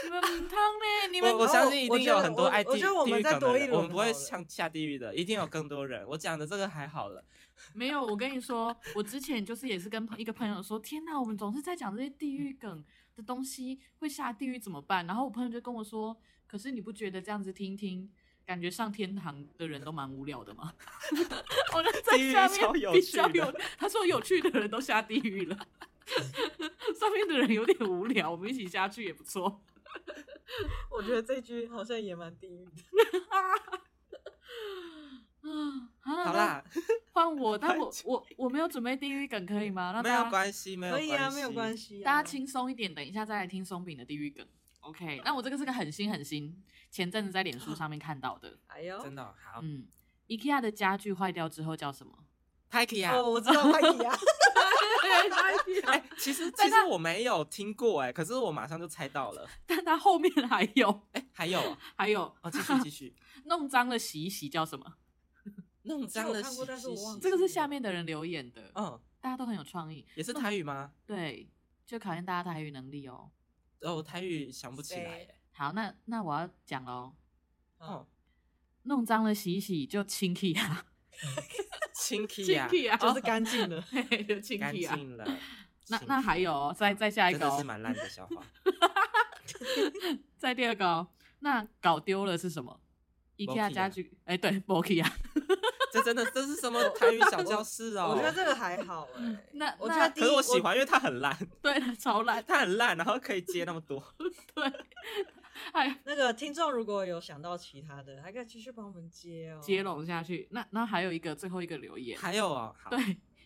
[SPEAKER 3] 你们母汤呢？ 你们
[SPEAKER 1] 我我相信一
[SPEAKER 2] 我
[SPEAKER 1] 定
[SPEAKER 2] 觉
[SPEAKER 1] 有
[SPEAKER 2] 得
[SPEAKER 1] 很多
[SPEAKER 2] 我
[SPEAKER 1] 爱地
[SPEAKER 2] 我
[SPEAKER 1] 地
[SPEAKER 2] 觉得我们
[SPEAKER 1] 狱
[SPEAKER 2] 再
[SPEAKER 1] 梗
[SPEAKER 2] 多
[SPEAKER 1] 的
[SPEAKER 2] 一
[SPEAKER 1] 人，
[SPEAKER 2] 轮
[SPEAKER 1] 我们不会
[SPEAKER 2] 好了
[SPEAKER 1] 像下地狱的，一定有更多人。我讲的这个还好了，
[SPEAKER 3] 没有，我跟你说，我之前就是也是跟朋一个朋友说，天哪，我们总是在讲这些地狱梗的东西，会下地狱怎么办？然后我朋友就跟我说，可是你不觉得这样子听听，感觉上天堂的人都蛮无聊的吗？ 我就在下
[SPEAKER 1] 地狱超有
[SPEAKER 3] 面比
[SPEAKER 1] 趣
[SPEAKER 3] 较
[SPEAKER 1] 的
[SPEAKER 3] 有，他说有趣的人都下地狱了，上面的人有点无聊，我们一起下去也不错。
[SPEAKER 2] 我觉得这句好像也蛮地狱的。
[SPEAKER 3] 啊，好
[SPEAKER 1] 好，啦，
[SPEAKER 3] 换 我，但我我我没有准备地狱梗，可以吗？让
[SPEAKER 1] 没
[SPEAKER 3] 大
[SPEAKER 1] 有
[SPEAKER 3] 家
[SPEAKER 1] 关系，没有
[SPEAKER 2] 可以啊，
[SPEAKER 1] 系
[SPEAKER 2] 没有关。系、啊，
[SPEAKER 3] 大家轻松一点，等一下再来听松饼的地狱梗。OK，那我这个是个很新很新，前阵子在脸书上面看到的。
[SPEAKER 2] 哎呦，
[SPEAKER 1] 真的哦好
[SPEAKER 3] 嗯，IKEA 的家具坏掉之后叫什么？
[SPEAKER 1] ，Pike 呀，
[SPEAKER 2] 哦，我知道快提啊，
[SPEAKER 1] 哎，其实其实我没有听过哎，可是我马上就猜到了。
[SPEAKER 3] 但它后面还有
[SPEAKER 1] 哎，还有哦
[SPEAKER 3] 还有
[SPEAKER 1] 哦，继续继续，
[SPEAKER 3] 弄脏了洗一洗叫什么？
[SPEAKER 1] 弄脏了
[SPEAKER 2] 我看过
[SPEAKER 1] 洗
[SPEAKER 2] 但是
[SPEAKER 1] 洗
[SPEAKER 2] 我忘
[SPEAKER 1] 洗
[SPEAKER 2] 记
[SPEAKER 3] 这，个是下面的人留言的，
[SPEAKER 1] 嗯，
[SPEAKER 3] 大家都很有创意。
[SPEAKER 1] 也是台语吗？
[SPEAKER 3] 对，就考验大家台语能力哦。
[SPEAKER 1] 哦，台语想不起来
[SPEAKER 2] 谁
[SPEAKER 1] 哎。
[SPEAKER 3] 好，那那我要讲喽，
[SPEAKER 1] 哦
[SPEAKER 3] 弄脏了洗一洗就清气啊，
[SPEAKER 1] ，Chinky 呀，
[SPEAKER 3] 啊，
[SPEAKER 2] 就是干净的。
[SPEAKER 3] 嘿就清
[SPEAKER 1] 干
[SPEAKER 3] 气啊。
[SPEAKER 1] 净了。
[SPEAKER 3] 那那还有哦，再再下一
[SPEAKER 1] 真
[SPEAKER 3] 个
[SPEAKER 1] 的
[SPEAKER 3] 哦
[SPEAKER 1] 是，蛮烂的笑话。
[SPEAKER 3] 再第二个、哦，那搞丢了是什么
[SPEAKER 1] Bokia
[SPEAKER 3] ？IKEA 家具，哎、对 b o k i a
[SPEAKER 1] 这真的这是什么台语小教室哦？
[SPEAKER 2] 我觉得这个还好哎、
[SPEAKER 3] 那
[SPEAKER 2] 我觉得第
[SPEAKER 1] 可
[SPEAKER 2] 一
[SPEAKER 1] 是我哦喜，欢，因为它很烂，
[SPEAKER 3] 对，超烂，
[SPEAKER 1] 它很烂，然后可以接那么多。
[SPEAKER 3] 对，哎，
[SPEAKER 2] 那个听众如果有想到其他的，还可以继续帮我们接哦。
[SPEAKER 3] 接拢下去。那那还有一个最后一个留言，
[SPEAKER 1] 还有哦，好，
[SPEAKER 3] 对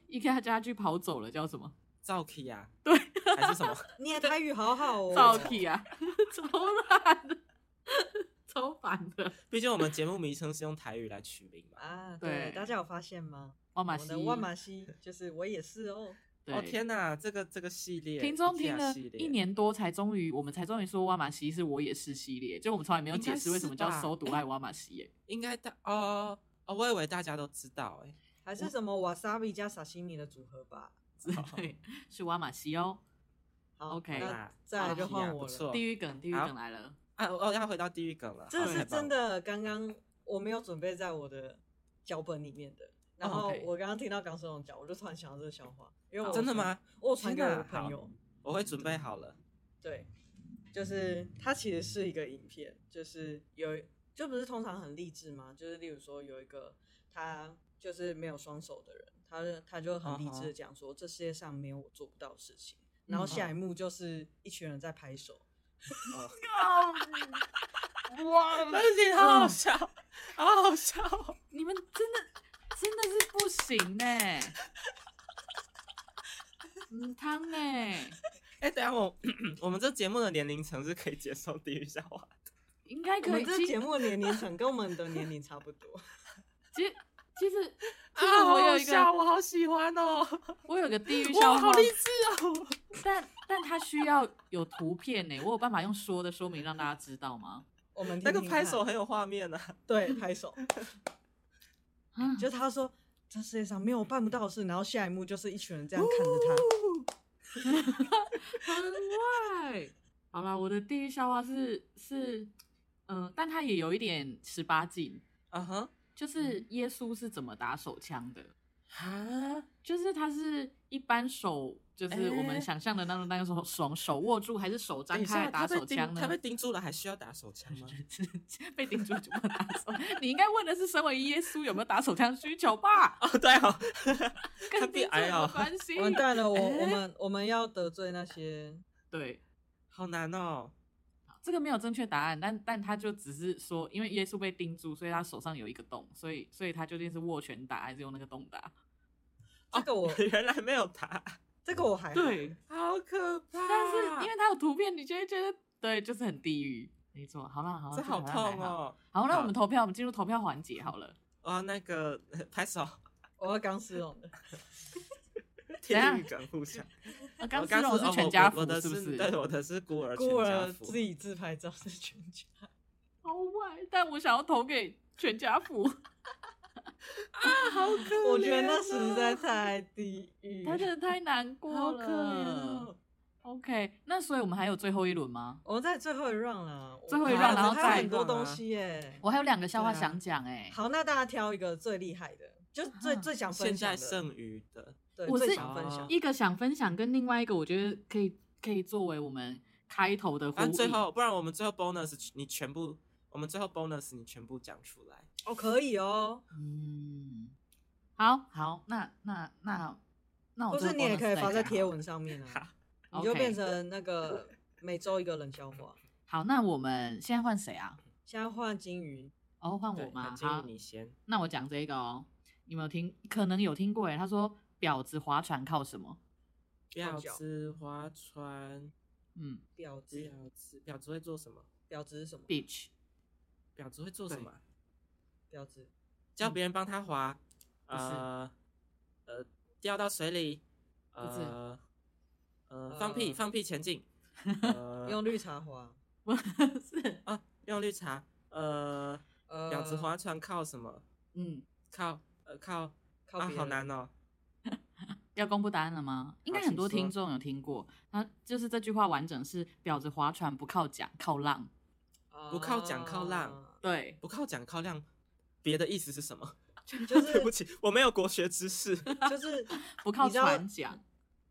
[SPEAKER 3] ，IKEA 家具跑走了叫什么？
[SPEAKER 1] 造 K 呀，
[SPEAKER 3] 对，
[SPEAKER 1] 还是什么？
[SPEAKER 2] 你也台语好 好哦，
[SPEAKER 3] 造 k 啊，超烂的，超烦的。
[SPEAKER 1] 毕竟我们节目名称是用台语来取名嘛。
[SPEAKER 2] 啊！
[SPEAKER 3] 对
[SPEAKER 2] 对，大家有发现吗？
[SPEAKER 3] 万
[SPEAKER 2] 我
[SPEAKER 3] 马
[SPEAKER 2] 们
[SPEAKER 3] 西，
[SPEAKER 2] 的万马西就是我也是 哦，
[SPEAKER 3] 对，
[SPEAKER 1] 哦天哪，这个这个系列，
[SPEAKER 3] 听众
[SPEAKER 1] IKEA
[SPEAKER 3] 听了
[SPEAKER 1] 系列
[SPEAKER 3] 一，年多，才终于我们才终于说哇马西是我也是系列，就我们从来没有解释为什么叫
[SPEAKER 1] 应该是吧
[SPEAKER 3] 搜毒爱哇马西耶。
[SPEAKER 1] 应该大哦哦，我以为大家都知道哎。
[SPEAKER 2] 还是什么 wasabi 加沙西米的组合 吧。
[SPEAKER 3] 对，是哇马西哦。
[SPEAKER 2] 好
[SPEAKER 3] OK
[SPEAKER 2] 那再来就换
[SPEAKER 1] 啊不
[SPEAKER 2] 我了。
[SPEAKER 1] 错
[SPEAKER 3] 地狱梗，地狱
[SPEAKER 1] 好
[SPEAKER 3] 梗来了。
[SPEAKER 1] 啊，哦，要回到地狱梗了，
[SPEAKER 2] 这
[SPEAKER 1] 好
[SPEAKER 2] 是
[SPEAKER 1] 太
[SPEAKER 2] 真。
[SPEAKER 1] 棒了
[SPEAKER 2] 的，刚刚我没有准备在我的脚本里面的。然后
[SPEAKER 3] 哦 OK 哦
[SPEAKER 2] 我刚刚听到港生龙讲，我就突然想到这个笑话，因为我
[SPEAKER 1] 真的啊吗？
[SPEAKER 2] 我传给我
[SPEAKER 1] 天哪
[SPEAKER 2] 朋友，
[SPEAKER 1] 我会准备好 了。
[SPEAKER 2] 对，就是它其实是一个影片，就是有就不是通常很励志吗？就是例如说有一个他就是没有双手的人，他他就很
[SPEAKER 1] 嗯
[SPEAKER 2] 励志的讲说这世界上没有我做不到的事情。然后下一幕就是一群人在拍手，
[SPEAKER 1] 哦，
[SPEAKER 3] 哇！
[SPEAKER 2] 嗯
[SPEAKER 1] 而且好
[SPEAKER 3] 嗯
[SPEAKER 1] 好笑，好好笑哦。
[SPEAKER 3] 你们真的真的是不行呢、嗯，汤呢、
[SPEAKER 1] 哎、等一下我我们这节目的年龄层是可以接受地狱笑话的，
[SPEAKER 3] 应该
[SPEAKER 2] 我
[SPEAKER 3] 可以。
[SPEAKER 2] 们这
[SPEAKER 3] 其
[SPEAKER 2] 节目的年龄层跟我们的年龄差不 多。
[SPEAKER 3] 其实其实其实啊我有一个、
[SPEAKER 1] 我啊好喜欢哦，
[SPEAKER 3] 我有个地狱笑
[SPEAKER 1] 哇，好
[SPEAKER 3] 话，
[SPEAKER 1] 励志哦！
[SPEAKER 3] 但但它需要有图片呢、我有办法用说的说明让大家知道吗？
[SPEAKER 2] 我们
[SPEAKER 1] 那
[SPEAKER 2] 听
[SPEAKER 1] 个
[SPEAKER 2] 听
[SPEAKER 1] 拍
[SPEAKER 2] 看
[SPEAKER 1] 手很有画面呢、啊，
[SPEAKER 2] 对，拍手。
[SPEAKER 3] 啊，
[SPEAKER 2] 就他说这世界上没有办不到的事，然后下一幕就是一群人这样看
[SPEAKER 1] 哦
[SPEAKER 2] 着
[SPEAKER 3] 很坏。好啦，我的地狱笑话是是，嗯、但它也有一点十八禁，
[SPEAKER 1] 啊哈
[SPEAKER 3] 就是
[SPEAKER 1] 嗯
[SPEAKER 3] 耶稣是怎么打手枪的。
[SPEAKER 1] 啊，
[SPEAKER 3] 就是它是一般手，就是我们
[SPEAKER 1] 诶
[SPEAKER 3] 想象的那种那个手手手握住还是手
[SPEAKER 1] 等
[SPEAKER 3] 张
[SPEAKER 1] 一
[SPEAKER 3] 开
[SPEAKER 1] 下
[SPEAKER 3] 来打
[SPEAKER 1] 他被
[SPEAKER 3] 手
[SPEAKER 1] 盯
[SPEAKER 3] 枪
[SPEAKER 1] 他
[SPEAKER 3] 呢
[SPEAKER 1] 被？盯住了，还需要打手 枪吗？
[SPEAKER 3] 被顶住就不能打手，你应该问的是身为耶稣有没有打手枪需 求吧？
[SPEAKER 1] 哦，对哦，他
[SPEAKER 3] 跟
[SPEAKER 1] 被
[SPEAKER 3] 顶住
[SPEAKER 1] 哎
[SPEAKER 3] 有没有
[SPEAKER 1] 呦，
[SPEAKER 3] 关系
[SPEAKER 2] 他。。完蛋了，我
[SPEAKER 1] 哎
[SPEAKER 2] 我们我们要得罪那些
[SPEAKER 3] 对，
[SPEAKER 1] 好难哦。
[SPEAKER 3] 这个没有正确答案，但但他就只是说，因为耶稣被钉住，所以他手上有一个洞，所以所以他究竟是握拳打还是用那个洞打？
[SPEAKER 1] 哦
[SPEAKER 2] 这 个我
[SPEAKER 1] 原来没有答案，
[SPEAKER 2] 这个我还好，
[SPEAKER 3] 对，
[SPEAKER 1] 好可怕！
[SPEAKER 3] 但是
[SPEAKER 1] 啊
[SPEAKER 3] 因为他有图片，你就会觉得对，就是很地狱。没错，好了好了，
[SPEAKER 1] 这好
[SPEAKER 3] 个像还
[SPEAKER 1] 痛
[SPEAKER 3] 好。
[SPEAKER 1] 哦。
[SPEAKER 3] 好，那我
[SPEAKER 1] 好
[SPEAKER 3] 们投票，我们进入投票环节 好了。
[SPEAKER 1] 啊，那个拍手，
[SPEAKER 2] 我要刚丝绒的，
[SPEAKER 1] 天宇梗互相。
[SPEAKER 3] 啊，刚
[SPEAKER 1] 我
[SPEAKER 3] 刚
[SPEAKER 1] 说
[SPEAKER 3] 是
[SPEAKER 1] 哦
[SPEAKER 3] 全家
[SPEAKER 1] 我
[SPEAKER 3] 福
[SPEAKER 1] 我的
[SPEAKER 3] 是不是？
[SPEAKER 1] 对，我的是孤儿
[SPEAKER 2] 孤
[SPEAKER 1] 全家
[SPEAKER 2] 儿
[SPEAKER 1] 福。
[SPEAKER 2] 自己自拍照是全 家，
[SPEAKER 3] 好坏，但我想要投给全 家福。
[SPEAKER 2] 我觉得那
[SPEAKER 1] 啊
[SPEAKER 2] 实在太地 狱，
[SPEAKER 3] 他真的太难过了。
[SPEAKER 1] 哦
[SPEAKER 3] OK，那所以我们还有最后一轮吗？
[SPEAKER 2] 我们在最后一 round 啦，
[SPEAKER 3] 最后一
[SPEAKER 2] 我
[SPEAKER 3] round，然后
[SPEAKER 2] 还有
[SPEAKER 3] 再
[SPEAKER 2] 很多东西耶。
[SPEAKER 3] 我还有两个笑话
[SPEAKER 1] 对啊
[SPEAKER 3] 想讲哎、
[SPEAKER 2] 好，那大家挑一个最厉害的，就最
[SPEAKER 3] 啊
[SPEAKER 2] 最想分
[SPEAKER 1] 现
[SPEAKER 2] 享
[SPEAKER 1] 在
[SPEAKER 2] 的，
[SPEAKER 1] 剩哦余的
[SPEAKER 2] 对，
[SPEAKER 3] 我是
[SPEAKER 2] 最想分享。
[SPEAKER 3] 一个想分享，跟另外一个我觉得可以可以作为我们开头的呼
[SPEAKER 1] 反
[SPEAKER 3] 应。
[SPEAKER 1] 正最后，不然我们最后 bonus 你全部，我们最后 bonus 你全部讲出来。
[SPEAKER 2] 哦，可以哦，
[SPEAKER 3] 嗯，好好，那那那那我
[SPEAKER 2] 或
[SPEAKER 3] 这个
[SPEAKER 2] 是你也
[SPEAKER 3] bonus
[SPEAKER 2] 可以
[SPEAKER 3] 再
[SPEAKER 2] 发在
[SPEAKER 3] 讲
[SPEAKER 2] 贴
[SPEAKER 3] 好
[SPEAKER 2] 文上面
[SPEAKER 1] 好
[SPEAKER 3] 了
[SPEAKER 2] 啊，你就
[SPEAKER 3] OK
[SPEAKER 2] 变成那个每周一个冷笑话。
[SPEAKER 3] 好，那我们现在换谁啊？
[SPEAKER 2] 现在换金鱼，
[SPEAKER 3] 哦，换我
[SPEAKER 1] 对，
[SPEAKER 3] 吗？
[SPEAKER 1] 进入
[SPEAKER 3] 好，
[SPEAKER 1] 你先。
[SPEAKER 3] 那我讲这个哦。你们有听？可能有听过哎。他说：“婊子划船靠什么
[SPEAKER 1] 婊
[SPEAKER 2] 脚
[SPEAKER 1] 子划船，？”
[SPEAKER 3] 嗯
[SPEAKER 2] 婊子，
[SPEAKER 1] 婊子，婊子会做什么？
[SPEAKER 2] 婊子是什么？
[SPEAKER 3] ，beach
[SPEAKER 1] 婊子会做什么啊？
[SPEAKER 2] 婊子，
[SPEAKER 1] 叫别人帮他划，
[SPEAKER 3] 嗯不是
[SPEAKER 1] 呃呃，掉到水里，
[SPEAKER 3] 不是
[SPEAKER 1] 呃呃，
[SPEAKER 2] 呃
[SPEAKER 1] 放屁放屁前 进，呃
[SPEAKER 2] 用绿茶花，
[SPEAKER 3] 不是，
[SPEAKER 1] 啊，用绿茶，呃，
[SPEAKER 2] 呃，
[SPEAKER 1] 婊子划船靠什么？
[SPEAKER 3] 嗯，
[SPEAKER 1] 靠呃靠
[SPEAKER 2] 靠
[SPEAKER 1] 啊，
[SPEAKER 2] 别
[SPEAKER 1] 好
[SPEAKER 2] 人
[SPEAKER 1] 难哦。
[SPEAKER 3] 要公布答案了吗？应该很多听众有听过，他就是这句话完整是“婊子划船不靠桨，靠浪
[SPEAKER 1] 不靠桨靠浪
[SPEAKER 2] 啊”。，
[SPEAKER 3] 对，
[SPEAKER 1] 不靠讲靠量，别的意思是什 么？
[SPEAKER 2] 就
[SPEAKER 1] 对不
[SPEAKER 2] 是
[SPEAKER 1] 起，我没有国学知识。
[SPEAKER 2] 就是
[SPEAKER 3] 不靠
[SPEAKER 2] 你知道
[SPEAKER 3] 船桨，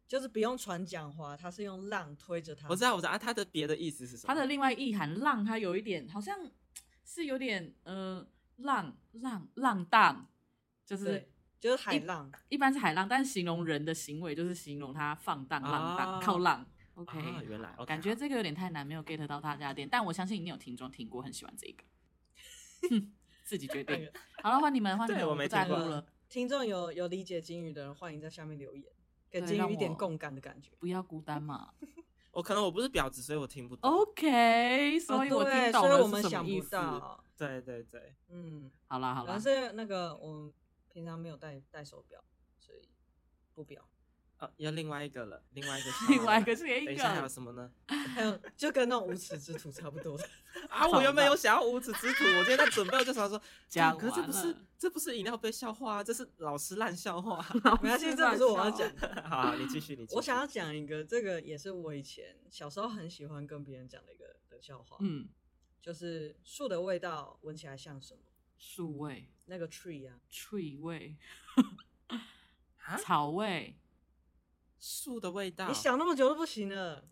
[SPEAKER 2] 就是不用船桨花，它是用浪推着它。
[SPEAKER 1] 我知道，我知道啊，它的别的意思是什么？
[SPEAKER 3] 它的另外意涵“浪”，它有一点好像是有点呃浪浪浪荡，就是
[SPEAKER 2] 对，就是海浪。
[SPEAKER 3] 一般是海浪，但形容人的行为就是形容他放荡浪荡、
[SPEAKER 1] 啊
[SPEAKER 3] 靠浪。OK，、
[SPEAKER 1] 啊，原来 OK，
[SPEAKER 3] 感觉
[SPEAKER 1] 好
[SPEAKER 3] 这个有点太难，没有 get 到大家的点，但我相信一定有听众听过，很喜欢这个。自己决 定。好了，换你们，换你
[SPEAKER 1] 对
[SPEAKER 3] 们，
[SPEAKER 1] 我
[SPEAKER 3] 不
[SPEAKER 1] 没
[SPEAKER 3] 再
[SPEAKER 1] 听过
[SPEAKER 3] 录了。
[SPEAKER 2] 听众有有理解金鱼的人，欢迎在下面留言，给
[SPEAKER 3] 对
[SPEAKER 2] 金
[SPEAKER 3] 让
[SPEAKER 2] 鱼一点
[SPEAKER 3] 我
[SPEAKER 2] 共感的感觉。
[SPEAKER 3] 不要孤单嘛。
[SPEAKER 1] 我可能我不是婊子，所以我听不
[SPEAKER 3] 哦
[SPEAKER 1] 懂。
[SPEAKER 3] OK，所以我听懂
[SPEAKER 2] 哦对所以
[SPEAKER 3] 了
[SPEAKER 2] 我
[SPEAKER 3] 是
[SPEAKER 2] 们
[SPEAKER 3] 什
[SPEAKER 2] 想
[SPEAKER 3] 么意
[SPEAKER 2] 不
[SPEAKER 3] 思。
[SPEAKER 2] 到。
[SPEAKER 1] 对对对，
[SPEAKER 2] 嗯，
[SPEAKER 3] 好啦好
[SPEAKER 2] 可能
[SPEAKER 3] 啦，，
[SPEAKER 2] 是那个我们平常没有戴戴手表，所以不表。
[SPEAKER 1] 哦，要另外一个了，另外一个
[SPEAKER 3] 另外一个
[SPEAKER 1] 是
[SPEAKER 3] 是一
[SPEAKER 1] 等一下还有
[SPEAKER 3] 个，
[SPEAKER 1] 什么呢？
[SPEAKER 2] 还有就跟那种无耻之徒差不多的。
[SPEAKER 1] 啊，我原本有想要无耻之徒，我今天在准备，我就想说，
[SPEAKER 3] 讲
[SPEAKER 1] 可是这
[SPEAKER 3] 完
[SPEAKER 1] 不
[SPEAKER 3] 了
[SPEAKER 1] 是这不是饮料杯笑话啊，这是老师烂笑话。啊
[SPEAKER 2] 没关系，这不是我要讲 的。
[SPEAKER 1] 好好，你继续，你继续
[SPEAKER 2] 我想要讲一个，这个也是我以前小时候很喜欢跟别人讲的一个冷笑话，
[SPEAKER 3] 嗯，
[SPEAKER 2] 就是树的味道闻起来像什么？
[SPEAKER 3] 树味、
[SPEAKER 2] 那个 tree 啊，
[SPEAKER 3] tree 味、
[SPEAKER 1] 啊，
[SPEAKER 3] 草味，
[SPEAKER 1] 树的味道，
[SPEAKER 2] 你想那么久都不行了。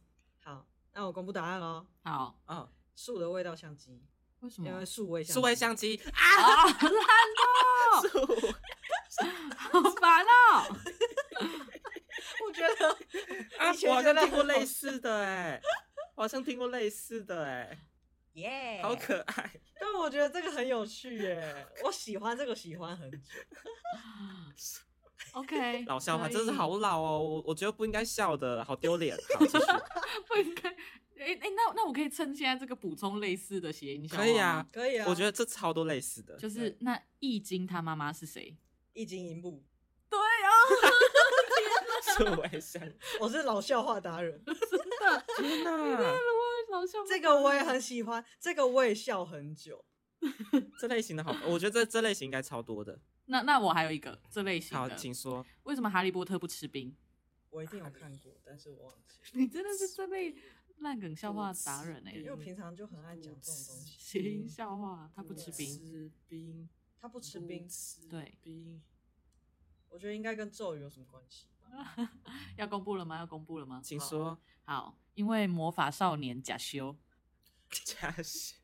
[SPEAKER 2] 好，那我公布答案喽。
[SPEAKER 3] 好，
[SPEAKER 1] 哦，
[SPEAKER 2] 树的味道像鸡，
[SPEAKER 3] 为什
[SPEAKER 2] 因
[SPEAKER 3] 么
[SPEAKER 2] 为？树味像
[SPEAKER 1] 树味
[SPEAKER 2] 鸡
[SPEAKER 1] 相机啊，
[SPEAKER 3] 啊，烂哦，
[SPEAKER 1] 树，
[SPEAKER 3] 好烦哦！
[SPEAKER 2] 我觉得
[SPEAKER 1] 啊
[SPEAKER 2] 以，前
[SPEAKER 1] 我好
[SPEAKER 2] 觉
[SPEAKER 1] 像
[SPEAKER 2] 得
[SPEAKER 1] 听过
[SPEAKER 2] 很好
[SPEAKER 1] 类似的哎、我好像听过类似的哎、
[SPEAKER 2] 耶
[SPEAKER 4] 哎
[SPEAKER 1] 好可爱。
[SPEAKER 2] 但我觉得这个很有趣耶，我喜欢这个喜欢很久。
[SPEAKER 3] OK，
[SPEAKER 1] 老笑话
[SPEAKER 3] 可以
[SPEAKER 1] 真是好老哦，我我觉得不应该笑的，好丢脸。好，继续
[SPEAKER 3] 不应该。哎哎，那那我可以趁现在这个补充类似的谐音笑话
[SPEAKER 1] 可以啊
[SPEAKER 3] 吗，，
[SPEAKER 2] 可以啊，
[SPEAKER 1] 我觉得这超多类似的，
[SPEAKER 3] 就是那易经他妈妈是谁？
[SPEAKER 2] 一惊一幕，
[SPEAKER 3] 对啊，
[SPEAKER 1] 是我也想，
[SPEAKER 2] 我是老笑话达人，
[SPEAKER 1] 天哪，
[SPEAKER 3] 老笑话
[SPEAKER 2] 这个我也很喜欢，这个我也笑很久。
[SPEAKER 1] 这类型的好，我觉得这这类型应该超多的。
[SPEAKER 3] 那那我还有一个这类型
[SPEAKER 1] 好，
[SPEAKER 3] 的，
[SPEAKER 1] 请说。
[SPEAKER 3] 为什么哈利波特不吃冰？
[SPEAKER 2] 我一定有看过，但是我忘记了，
[SPEAKER 3] 你真的是这类烂梗笑话达人哎、
[SPEAKER 2] 因为
[SPEAKER 3] 欸
[SPEAKER 2] 我！平常就很爱讲这种东西。
[SPEAKER 3] 谐音笑话，他不吃冰，
[SPEAKER 1] 吃冰，
[SPEAKER 2] 他不吃冰，
[SPEAKER 3] 对
[SPEAKER 1] 冰，
[SPEAKER 2] 我觉得应该跟咒语有什么关系 吧？
[SPEAKER 3] 要公布了吗？要公布了吗？
[SPEAKER 1] 请说。
[SPEAKER 3] 好，因为魔法少年假修，
[SPEAKER 1] 假戏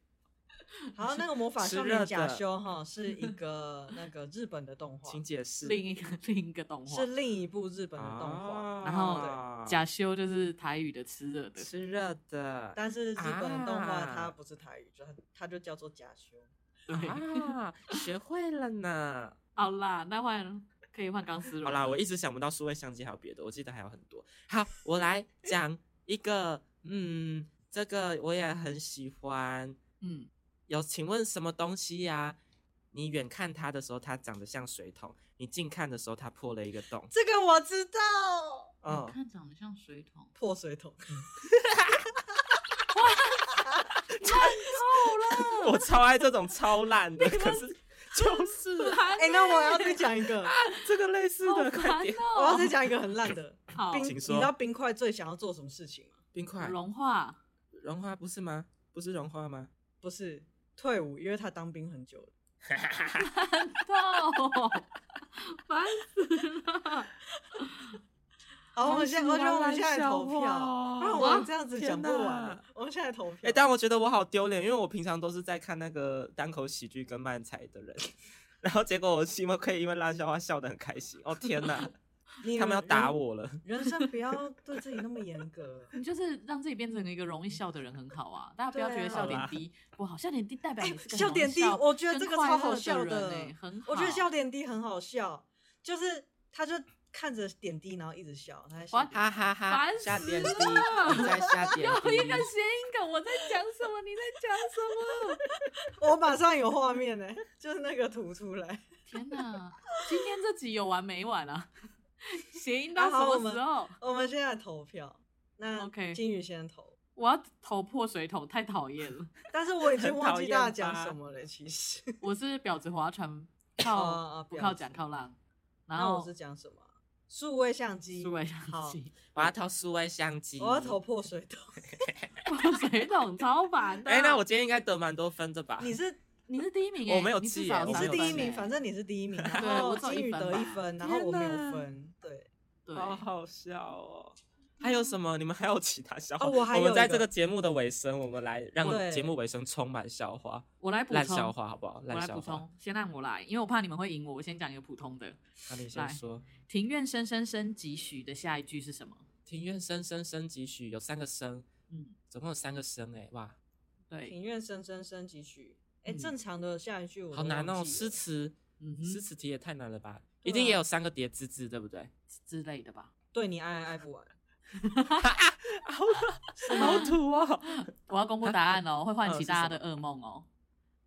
[SPEAKER 2] 好，那个魔法少
[SPEAKER 1] 湿热
[SPEAKER 2] 年
[SPEAKER 1] 的
[SPEAKER 2] 假修哈是 一个那个日本的动画
[SPEAKER 1] 请，解释。
[SPEAKER 3] 另一个另一个动画
[SPEAKER 2] 是，另一部日本的动画，
[SPEAKER 1] 啊
[SPEAKER 3] 然 后假修就是台语的吃热的，
[SPEAKER 1] 吃热的，
[SPEAKER 2] 但是日本的动画
[SPEAKER 1] 啊
[SPEAKER 2] 它不是台语，就它它就叫做假修。
[SPEAKER 1] 啊，学会了呢。
[SPEAKER 3] 好啦，那换可以换钢丝绒。
[SPEAKER 1] 好啦，我一直想不到数位相机还有别的，我记得还有很多。好，我来讲一个，嗯，这个我也很喜欢。
[SPEAKER 3] 嗯，
[SPEAKER 1] 有，请问什么东西呀、你远看它的时候，它长得像水桶；你近看的时候，它破了一个洞。
[SPEAKER 2] 这个我知道，嗯
[SPEAKER 1] 哦，
[SPEAKER 3] 看长得像水桶，
[SPEAKER 2] 破 水桶，
[SPEAKER 1] 我超爱这种超烂的， 可是就是
[SPEAKER 3] 哎
[SPEAKER 2] 哎、那我要再讲一 个，
[SPEAKER 3] 哦
[SPEAKER 1] 这个类似的，快点，
[SPEAKER 2] 我要再讲一个很烂的。
[SPEAKER 3] 好
[SPEAKER 2] 冰，
[SPEAKER 1] 请
[SPEAKER 2] 你知
[SPEAKER 1] 说
[SPEAKER 2] 道冰块最想要做什么事情吗？
[SPEAKER 1] 冰块
[SPEAKER 3] 融化
[SPEAKER 1] 融化不是吗？不是融化吗？
[SPEAKER 2] 不是退伍，因为他当兵很久了。
[SPEAKER 3] 豆， 烦死了！。
[SPEAKER 2] 好，我们哦现在，我
[SPEAKER 1] 好喜欢
[SPEAKER 2] 觉得我们现在
[SPEAKER 1] 烂笑
[SPEAKER 2] 投票，
[SPEAKER 1] 话哦
[SPEAKER 2] 不然我们这样子讲不
[SPEAKER 1] 天
[SPEAKER 2] 完
[SPEAKER 1] 哪
[SPEAKER 2] 了。我们现在投
[SPEAKER 1] 哎、
[SPEAKER 2] 票，
[SPEAKER 1] 但我觉得我好丢脸，因为我平常都是在看那个单口喜剧跟漫才的人， 然后结果我因为可以因为烂笑话笑得很开心。哦天 哪，
[SPEAKER 2] 你
[SPEAKER 1] 他们要打
[SPEAKER 2] 人。
[SPEAKER 1] 我了！
[SPEAKER 2] 人生不要对自己那么严格
[SPEAKER 3] 你就是让自己变成一个容易笑的人，很好啊！大家不要觉得笑点低不好，笑点低代表你是个
[SPEAKER 2] 啊哎笑点低，
[SPEAKER 3] 很好笑
[SPEAKER 2] 我觉得这个超好笑
[SPEAKER 3] 跟快乐的人欸很好。
[SPEAKER 2] 我觉得笑点低很好笑，就是他就看着点滴，然后一直笑。他在笑
[SPEAKER 3] 哇
[SPEAKER 2] 点 低
[SPEAKER 1] 哈哈哈
[SPEAKER 3] 烦，死
[SPEAKER 1] 下点滴，
[SPEAKER 3] 了
[SPEAKER 1] 你在下点
[SPEAKER 3] 有一个
[SPEAKER 1] 滴。
[SPEAKER 3] 谐音梗，我在讲什么？你在讲什么？
[SPEAKER 2] 我马上有画面呢、 就是那个图出来。
[SPEAKER 3] 天哪！今天这集有完没完啊？ 谐音到
[SPEAKER 2] 啊好我
[SPEAKER 3] 什么
[SPEAKER 2] 们
[SPEAKER 3] 时候？
[SPEAKER 2] 我们现在投票，那
[SPEAKER 3] OK
[SPEAKER 2] 金鱼先投，
[SPEAKER 3] 我要投破水桶，太讨厌了。
[SPEAKER 2] 但是我已经忘
[SPEAKER 1] 很讨
[SPEAKER 2] 记
[SPEAKER 1] 厌
[SPEAKER 2] 大家讲
[SPEAKER 1] 吧
[SPEAKER 2] 什么了。其实，
[SPEAKER 3] 我是婊子划
[SPEAKER 1] 哦
[SPEAKER 3] 船，
[SPEAKER 2] 啊啊
[SPEAKER 3] 靠
[SPEAKER 2] 婊
[SPEAKER 3] 不
[SPEAKER 2] 子
[SPEAKER 3] 靠桨靠浪，然
[SPEAKER 2] 那我
[SPEAKER 3] 后
[SPEAKER 2] 是讲什么啊？数位相机，
[SPEAKER 3] 数位相
[SPEAKER 2] 好
[SPEAKER 3] 机，
[SPEAKER 1] 我要投数位相机，
[SPEAKER 2] 我要投。破水 桶。
[SPEAKER 3] 破水桶超烦的。
[SPEAKER 1] 哎、那我今天应该得蛮多分的吧？
[SPEAKER 2] 你是
[SPEAKER 3] 你是第一名欸，
[SPEAKER 1] 我没有
[SPEAKER 3] 你
[SPEAKER 1] 记
[SPEAKER 3] 至少
[SPEAKER 1] 耶
[SPEAKER 2] 你
[SPEAKER 1] 我
[SPEAKER 2] 是
[SPEAKER 1] 没
[SPEAKER 3] 三
[SPEAKER 1] 有
[SPEAKER 2] 第一
[SPEAKER 3] 分欸
[SPEAKER 2] 名，反正你是第 一名，
[SPEAKER 3] 对
[SPEAKER 2] 然后
[SPEAKER 3] 我只有
[SPEAKER 2] 金
[SPEAKER 3] 一
[SPEAKER 2] 宇
[SPEAKER 3] 分
[SPEAKER 2] 得
[SPEAKER 3] 吧
[SPEAKER 2] 一分，然后我没有
[SPEAKER 1] 天哪
[SPEAKER 2] 分，对。
[SPEAKER 3] 对，
[SPEAKER 1] 好好笑哦！还有什么？你们还有其他笑话？
[SPEAKER 2] 哦我还有
[SPEAKER 1] 们在
[SPEAKER 2] 一个
[SPEAKER 1] 这个节目的尾声，我们来让
[SPEAKER 2] 对
[SPEAKER 1] 节目尾声充满笑话，
[SPEAKER 3] 我来补
[SPEAKER 1] 烂
[SPEAKER 3] 充
[SPEAKER 1] 笑，话好不好？
[SPEAKER 3] 我
[SPEAKER 1] 烂
[SPEAKER 3] 来
[SPEAKER 1] 笑
[SPEAKER 3] 补
[SPEAKER 1] 话，
[SPEAKER 3] 充，先让我来，因为我怕你们会赢我，我先讲一个普通的。
[SPEAKER 1] 那你
[SPEAKER 3] 来
[SPEAKER 1] 先说。
[SPEAKER 3] 庭院深深深几许的下一句是什么？
[SPEAKER 1] 庭院深深深几许，有三个深，
[SPEAKER 3] 嗯，
[SPEAKER 1] 总共有三个深哎、哇，
[SPEAKER 3] 对，
[SPEAKER 2] 庭院深深深几许。哎、
[SPEAKER 3] 嗯
[SPEAKER 2] 正常的下一句我都
[SPEAKER 1] 好难
[SPEAKER 2] 忘
[SPEAKER 1] 哦！
[SPEAKER 2] 记了
[SPEAKER 1] 诗词，
[SPEAKER 3] 嗯
[SPEAKER 1] 诗
[SPEAKER 3] 哼
[SPEAKER 1] 词题也太难了吧？
[SPEAKER 2] 对啊
[SPEAKER 1] 一定也有三个叠字字，对不对？
[SPEAKER 3] 之类的吧。
[SPEAKER 2] 对你爱爱爱不完，
[SPEAKER 1] 好土 哦！
[SPEAKER 3] 我要公布答案哦，会
[SPEAKER 1] 呃
[SPEAKER 3] 唤起大家的噩梦哦。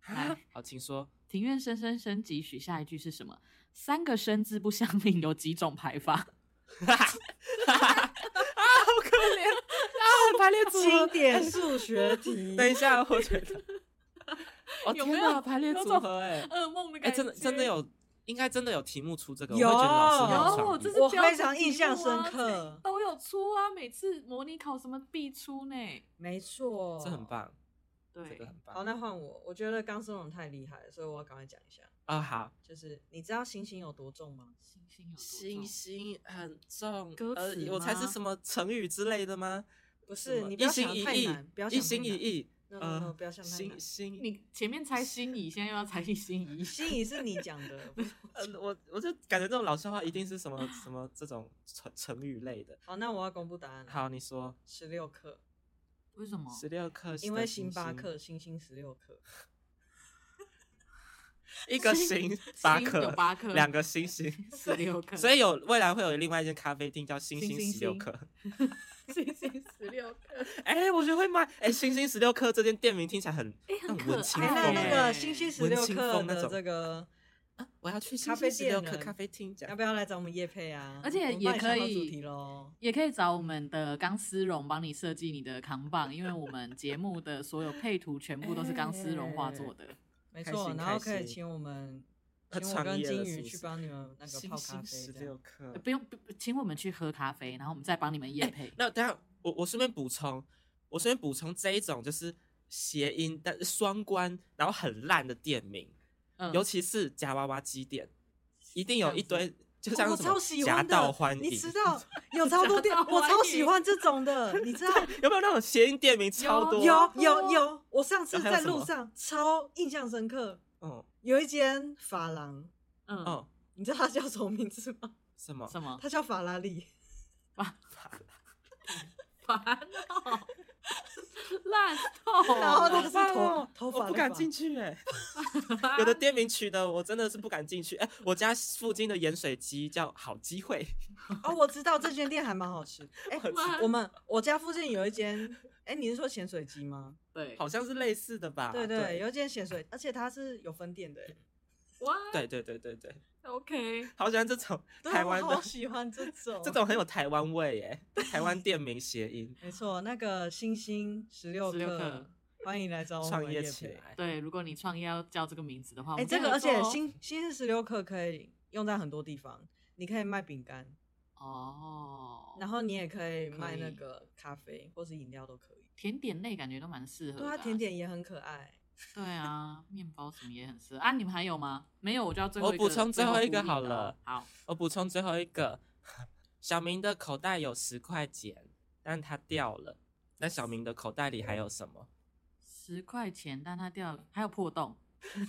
[SPEAKER 3] 来，
[SPEAKER 1] 好，请说。
[SPEAKER 3] 庭院深深深几许，下一句是什么？三个生字不相邻，有几种排法？
[SPEAKER 1] 排列组
[SPEAKER 2] 经
[SPEAKER 1] 合，
[SPEAKER 2] 典数学 题。
[SPEAKER 1] 等一下，我觉得， 哦
[SPEAKER 3] 有没有
[SPEAKER 1] 天哪，排列组合哎、
[SPEAKER 3] 噩梦的
[SPEAKER 1] 哎、
[SPEAKER 3] 感觉，
[SPEAKER 1] 真的真的有，应该真的有题目出这个，
[SPEAKER 2] 有啊
[SPEAKER 1] 我会觉得老师很
[SPEAKER 3] 有，
[SPEAKER 1] 创
[SPEAKER 3] 哦这
[SPEAKER 1] 意。
[SPEAKER 3] 是
[SPEAKER 2] 我
[SPEAKER 3] 标准啊
[SPEAKER 2] 非常印象深刻
[SPEAKER 3] 题目啊都有出啊，每次模拟考什么必出呢？
[SPEAKER 2] 没错，
[SPEAKER 1] 这很。棒，这
[SPEAKER 3] 对
[SPEAKER 1] 个，很棒。
[SPEAKER 2] 好，那换我。我觉得钢丝绒太厉害了，所以我要赶快讲一下。
[SPEAKER 1] 哦，好，
[SPEAKER 2] 就是你知道星星有多重吗？
[SPEAKER 3] 星星有
[SPEAKER 1] 星
[SPEAKER 3] 多重
[SPEAKER 1] 星很重，
[SPEAKER 3] 歌
[SPEAKER 1] 呃
[SPEAKER 3] 词，
[SPEAKER 1] 我才是
[SPEAKER 3] 吗
[SPEAKER 1] 什么成语之类的吗？
[SPEAKER 2] 不
[SPEAKER 1] 什
[SPEAKER 2] 是，
[SPEAKER 1] 么
[SPEAKER 2] 你不
[SPEAKER 1] 一
[SPEAKER 2] 要
[SPEAKER 1] 心
[SPEAKER 2] 想得
[SPEAKER 1] 一
[SPEAKER 2] 太难，不要
[SPEAKER 1] 意，一
[SPEAKER 2] 想得太
[SPEAKER 1] 心一
[SPEAKER 2] 难。
[SPEAKER 1] 意。
[SPEAKER 2] No, no,
[SPEAKER 1] 呃
[SPEAKER 2] no，不要想太
[SPEAKER 1] 心
[SPEAKER 2] 难
[SPEAKER 1] 心，
[SPEAKER 3] 你前面猜心仪，现在又要猜心仪，
[SPEAKER 2] 心仪是你讲 的。不是
[SPEAKER 1] 呃，我我就感觉这种老笑话一定是 什么什么这种成成语类的。
[SPEAKER 2] 好，那我要公布答案了。，
[SPEAKER 1] 好，你说
[SPEAKER 2] 十六克，
[SPEAKER 3] 为什么？
[SPEAKER 1] 十六颗，
[SPEAKER 2] 哦因为星巴克星星十六克。
[SPEAKER 1] 一个星八
[SPEAKER 3] 星有
[SPEAKER 1] 颗，
[SPEAKER 3] 八颗，
[SPEAKER 1] 两个星 星，
[SPEAKER 3] 十六颗，
[SPEAKER 1] 所以有未来会有另外一间咖啡厅叫星
[SPEAKER 3] 星星
[SPEAKER 1] 十六 颗。
[SPEAKER 3] 星星十六颗，
[SPEAKER 1] 哎、我觉得会卖。哎、星星十六克这间店名听起来很
[SPEAKER 3] 哎，很
[SPEAKER 1] 那
[SPEAKER 3] 可
[SPEAKER 1] 文青
[SPEAKER 2] 哎，
[SPEAKER 1] 风
[SPEAKER 2] 那那
[SPEAKER 1] 哎
[SPEAKER 2] 个星星十六
[SPEAKER 1] 文青
[SPEAKER 2] 克
[SPEAKER 1] 风那
[SPEAKER 2] 的
[SPEAKER 1] 种
[SPEAKER 2] 这个
[SPEAKER 1] 啊，我要去星
[SPEAKER 2] 咖啡
[SPEAKER 1] 星十六
[SPEAKER 2] 店
[SPEAKER 1] 克
[SPEAKER 2] 呢
[SPEAKER 1] 咖啡厅讲
[SPEAKER 2] 要。不要来找我们叶配啊？
[SPEAKER 3] 而且
[SPEAKER 2] 我们
[SPEAKER 3] 也
[SPEAKER 2] 帮你想
[SPEAKER 3] 可
[SPEAKER 2] 到
[SPEAKER 3] 以
[SPEAKER 2] 主题喽。
[SPEAKER 3] 也可以找我们的钢丝绒帮你设计你的扛棒，因为我们节目的所有配图全部都是钢丝绒画作的。
[SPEAKER 2] 没
[SPEAKER 1] 开
[SPEAKER 2] 错，
[SPEAKER 1] 心
[SPEAKER 2] 然后可
[SPEAKER 1] 开
[SPEAKER 2] 以
[SPEAKER 1] 心
[SPEAKER 2] 请我们，
[SPEAKER 1] 他
[SPEAKER 2] 请我
[SPEAKER 1] 创
[SPEAKER 2] 跟
[SPEAKER 1] 业
[SPEAKER 2] 金
[SPEAKER 1] 了是
[SPEAKER 2] 鱼
[SPEAKER 1] 不
[SPEAKER 2] 去
[SPEAKER 1] 是？
[SPEAKER 2] 帮你们那个泡咖啡
[SPEAKER 1] 十
[SPEAKER 2] 这
[SPEAKER 1] 六
[SPEAKER 2] 样。
[SPEAKER 1] 克
[SPEAKER 3] 呃。不用，不不请我们去喝咖啡，然后我们再帮你
[SPEAKER 1] 哎
[SPEAKER 3] 们夜配。
[SPEAKER 1] 那等一下我我顺便补充，我顺便补充这一种就是谐音但双关，然后很烂的店名，
[SPEAKER 3] 嗯
[SPEAKER 1] 尤其是夹娃娃机店，一定有一堆就像
[SPEAKER 2] 哦我
[SPEAKER 1] 是什么
[SPEAKER 2] 超喜
[SPEAKER 1] 夹
[SPEAKER 2] 欢
[SPEAKER 1] 道
[SPEAKER 2] 的
[SPEAKER 1] 欢，迎，
[SPEAKER 2] 你 知道有超多店，
[SPEAKER 3] 夹道
[SPEAKER 2] 我超
[SPEAKER 3] 欢迎
[SPEAKER 2] 喜欢这种的，你知道
[SPEAKER 1] 有没有那种谐音店名超多？
[SPEAKER 2] 有有有，我上次
[SPEAKER 1] 还有
[SPEAKER 2] 在
[SPEAKER 1] 什么
[SPEAKER 2] 路上超印象深刻，
[SPEAKER 1] 嗯
[SPEAKER 2] 有一间发廊，
[SPEAKER 3] 嗯，
[SPEAKER 1] 嗯，
[SPEAKER 2] 你知道它叫什么名字吗？
[SPEAKER 1] 什么？
[SPEAKER 3] 什么？
[SPEAKER 2] 它叫法拉利，
[SPEAKER 3] 烦恼，烂透，
[SPEAKER 2] 然后它
[SPEAKER 1] 好
[SPEAKER 2] 是
[SPEAKER 1] 棒
[SPEAKER 2] 头
[SPEAKER 1] 哦
[SPEAKER 2] 头
[SPEAKER 1] 我
[SPEAKER 2] 发
[SPEAKER 1] 不敢进去哎、 有 的店名取的我真的是不敢进去。哎、我家附近的盐水鸡叫好机会，
[SPEAKER 2] 哦，我知道这间店还蛮好吃。哎、
[SPEAKER 3] 哇
[SPEAKER 2] 我们我家附近有一间，哎、你是说咸水鸡吗？
[SPEAKER 3] 对，
[SPEAKER 1] 好像是类似的吧？
[SPEAKER 2] 对对，
[SPEAKER 1] 对
[SPEAKER 2] 有一间咸水，而且它是有分店的、哎
[SPEAKER 3] 哇，
[SPEAKER 1] 对对对对对，
[SPEAKER 3] ，OK，
[SPEAKER 1] 好喜欢这种
[SPEAKER 2] 对
[SPEAKER 1] 台湾
[SPEAKER 2] 我好
[SPEAKER 1] 的，
[SPEAKER 2] 喜欢这种
[SPEAKER 1] 这种很有台湾味哎、台湾店名谐 音，
[SPEAKER 2] 没错，那个星星十六
[SPEAKER 3] 16
[SPEAKER 2] 克
[SPEAKER 3] 克，
[SPEAKER 2] 欢迎来找我们
[SPEAKER 1] 创业
[SPEAKER 2] 业
[SPEAKER 1] 起
[SPEAKER 2] 配。
[SPEAKER 1] 来。
[SPEAKER 3] 对，如果你创业要叫这个名字的话，我
[SPEAKER 2] 哎、
[SPEAKER 3] 们
[SPEAKER 2] 这
[SPEAKER 3] 可以
[SPEAKER 2] 个而且
[SPEAKER 3] 做哦
[SPEAKER 2] 星星星十六克可以用在很多地方，你可以卖饼干，
[SPEAKER 3] 哦，
[SPEAKER 2] 然后你也可以
[SPEAKER 3] 可
[SPEAKER 2] 卖那
[SPEAKER 3] 以
[SPEAKER 2] 个咖啡或是饮料都可以。
[SPEAKER 3] 甜点类感觉都蛮适合
[SPEAKER 2] 对
[SPEAKER 3] 的啊。
[SPEAKER 2] 啊，甜点也很可爱。
[SPEAKER 3] 对啊， 面包什么也很适合啊。你们还有吗？没有，我就要最后
[SPEAKER 1] 我
[SPEAKER 3] 一个
[SPEAKER 1] 补充最后一个
[SPEAKER 3] 补
[SPEAKER 1] 好
[SPEAKER 3] 你了哦。好，
[SPEAKER 1] 我补充最后一个， 小明的口袋有十块钱，但他掉了。那小明的口袋里还有什 么？
[SPEAKER 3] 十块钱，但它掉了，还有破洞，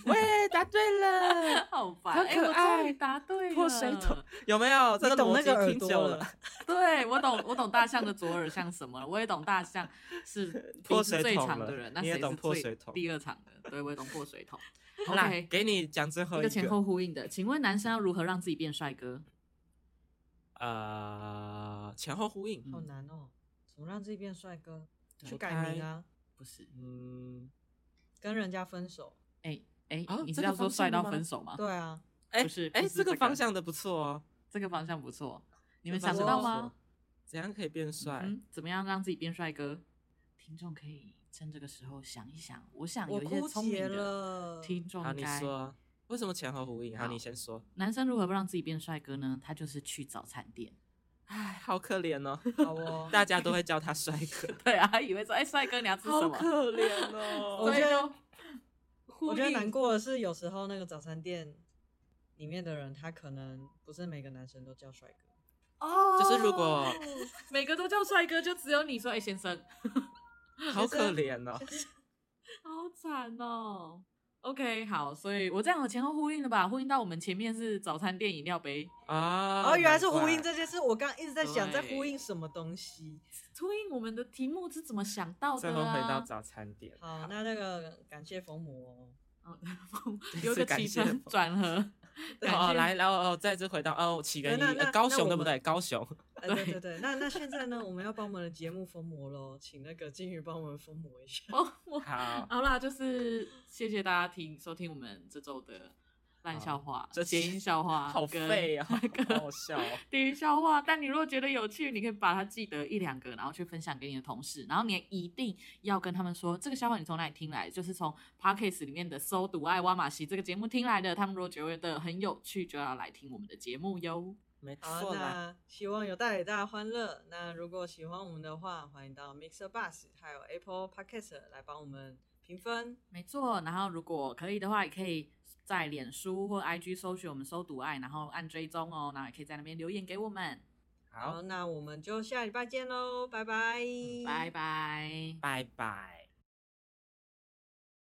[SPEAKER 1] 喂，答对 了，
[SPEAKER 3] 好烦。
[SPEAKER 1] 好
[SPEAKER 3] 哎
[SPEAKER 1] 可
[SPEAKER 3] 我终
[SPEAKER 1] 爱
[SPEAKER 3] 于答对了。
[SPEAKER 1] 破水桶有没有？这
[SPEAKER 2] 你懂
[SPEAKER 1] 逻
[SPEAKER 2] 那
[SPEAKER 1] 辑
[SPEAKER 2] 个耳
[SPEAKER 1] 听
[SPEAKER 2] 朵
[SPEAKER 1] 久
[SPEAKER 2] 了
[SPEAKER 1] 了，
[SPEAKER 3] 对我懂，我懂大象的左耳像什么，我也懂大象 是
[SPEAKER 1] 破
[SPEAKER 3] 鼻子
[SPEAKER 1] 水
[SPEAKER 3] 最
[SPEAKER 1] 桶
[SPEAKER 3] 长
[SPEAKER 1] 了
[SPEAKER 3] 的人，那
[SPEAKER 1] 你也
[SPEAKER 3] 谁
[SPEAKER 1] 懂
[SPEAKER 3] 是
[SPEAKER 1] 破
[SPEAKER 3] 最
[SPEAKER 1] 水桶
[SPEAKER 3] 第二长的，对我也懂破水 桶。
[SPEAKER 1] 好啦
[SPEAKER 3] OK，
[SPEAKER 1] 给你讲最后
[SPEAKER 3] 一
[SPEAKER 1] 一
[SPEAKER 3] 个前后呼应的，请问男生要如何让自己变帅哥？
[SPEAKER 1] 呃，前后呼应。
[SPEAKER 2] 好
[SPEAKER 3] 嗯
[SPEAKER 2] 难哦，怎么让自己变帅哥？
[SPEAKER 3] 对
[SPEAKER 2] 去改名啊，
[SPEAKER 3] 不是，
[SPEAKER 1] 嗯，
[SPEAKER 2] 跟人家分手。
[SPEAKER 3] 哎哎
[SPEAKER 1] 啊，
[SPEAKER 3] 你
[SPEAKER 1] 这
[SPEAKER 3] 是
[SPEAKER 1] 个
[SPEAKER 3] 要说
[SPEAKER 1] 方向
[SPEAKER 3] 帅到
[SPEAKER 1] 吗
[SPEAKER 3] 分手吗？
[SPEAKER 2] 对啊，
[SPEAKER 1] 哎
[SPEAKER 3] 不是
[SPEAKER 1] 哎，
[SPEAKER 3] 不是
[SPEAKER 1] 这个
[SPEAKER 3] 这个
[SPEAKER 1] 方向的不错哦。
[SPEAKER 3] 这个方向不错，你们
[SPEAKER 1] 这个方
[SPEAKER 3] 想得
[SPEAKER 1] 向
[SPEAKER 3] 到
[SPEAKER 1] 不
[SPEAKER 3] 吗
[SPEAKER 1] 错？？哎怎样可以变帅？
[SPEAKER 3] 嗯，怎么样让自己变帅哥？听众可以趁这个时候想一想，我想
[SPEAKER 2] 我
[SPEAKER 3] 有一些
[SPEAKER 2] 枯
[SPEAKER 3] 聪明
[SPEAKER 2] 竭
[SPEAKER 3] 的
[SPEAKER 2] 了。
[SPEAKER 3] 听众
[SPEAKER 1] 好，你
[SPEAKER 3] 该。
[SPEAKER 1] 说为什么前后呼应？好，
[SPEAKER 3] 好
[SPEAKER 1] 你先说。
[SPEAKER 3] 男生如何不让自己变帅哥呢？他就是去早餐店。
[SPEAKER 1] 哎，好可怜哦，，
[SPEAKER 2] 好哦
[SPEAKER 1] 大家都会叫他帅哥，
[SPEAKER 3] 对啊，他以为说，哎、帅哥你要吃什
[SPEAKER 1] 好
[SPEAKER 3] 么？
[SPEAKER 1] 可怜哦。
[SPEAKER 2] 我觉得，
[SPEAKER 3] 呼
[SPEAKER 2] 我觉得
[SPEAKER 3] 应
[SPEAKER 2] 难过的是，有时候那个早餐店里面的人，他可能不是每个男生都叫帅哥。
[SPEAKER 3] 哦
[SPEAKER 1] 就是如果
[SPEAKER 3] 每个都叫帅哥，就只有你说，哎、先生，
[SPEAKER 1] 好可怜哦，
[SPEAKER 3] 好惨哦。OK，好，所以我这样有前后呼应了吧？呼应到我们前面是早餐店饮料杯，
[SPEAKER 1] 啊，
[SPEAKER 2] 哦，原来是
[SPEAKER 1] 难
[SPEAKER 2] 呼
[SPEAKER 1] 怪
[SPEAKER 2] 应这件事，我刚刚一直在想在
[SPEAKER 3] 对
[SPEAKER 2] 呼应什么东西。
[SPEAKER 3] 呼应我们的题目是怎么想到的、
[SPEAKER 1] 最
[SPEAKER 3] 啊？
[SPEAKER 1] 后回到早餐店。哦
[SPEAKER 2] 好，那那个感谢冯母哦。
[SPEAKER 3] 哦， 有一个
[SPEAKER 1] 感
[SPEAKER 3] 起
[SPEAKER 1] 谢
[SPEAKER 3] 承 转合，感
[SPEAKER 1] 哦，
[SPEAKER 3] 谢
[SPEAKER 1] 来，然后哦，再次回到哦，起源于
[SPEAKER 2] 那那
[SPEAKER 1] 呃
[SPEAKER 2] 那
[SPEAKER 1] 高雄，
[SPEAKER 2] 我
[SPEAKER 1] 对不
[SPEAKER 2] 们
[SPEAKER 1] 对？高雄，
[SPEAKER 2] 哎，对对对，那那现在呢，我们要帮我们的节目封魔喽，请那个金鱼帮我们封魔一下。
[SPEAKER 3] 哦，我
[SPEAKER 1] 好，
[SPEAKER 3] 好啦，就是谢谢大家听收听我们这周的烂笑话、
[SPEAKER 1] 这
[SPEAKER 3] 谐音笑话，
[SPEAKER 1] 好废哦，好
[SPEAKER 3] 跟
[SPEAKER 1] 好笑哦。
[SPEAKER 3] 地狱笑话。但你如果觉得有趣，你可以把它记得一两个，然后去分享给你的同事，然后你也一定要跟他们说这个笑话你从哪里听来，就是从 Podcast 里面的《搜读爱挖马西》这个节目听来的。他们如果觉得很有趣，就要来听我们的节目哟。
[SPEAKER 1] 没
[SPEAKER 2] 好，
[SPEAKER 1] 错啦，
[SPEAKER 2] 那希望有带给大家欢乐。那如果喜欢我们的话，欢迎到 Mixer Bus 还有 Apple Podcast 来帮我们评分。
[SPEAKER 3] 没错，然后如果可以的话，也可以在脸书或 IG 搜寻我们“搜读爱”，然后按追踪哦，然后也可以在那边留言给我们。
[SPEAKER 1] 好，
[SPEAKER 2] 嗯那我们就下礼拜见喽，拜拜，
[SPEAKER 3] 拜拜。
[SPEAKER 1] 拜拜。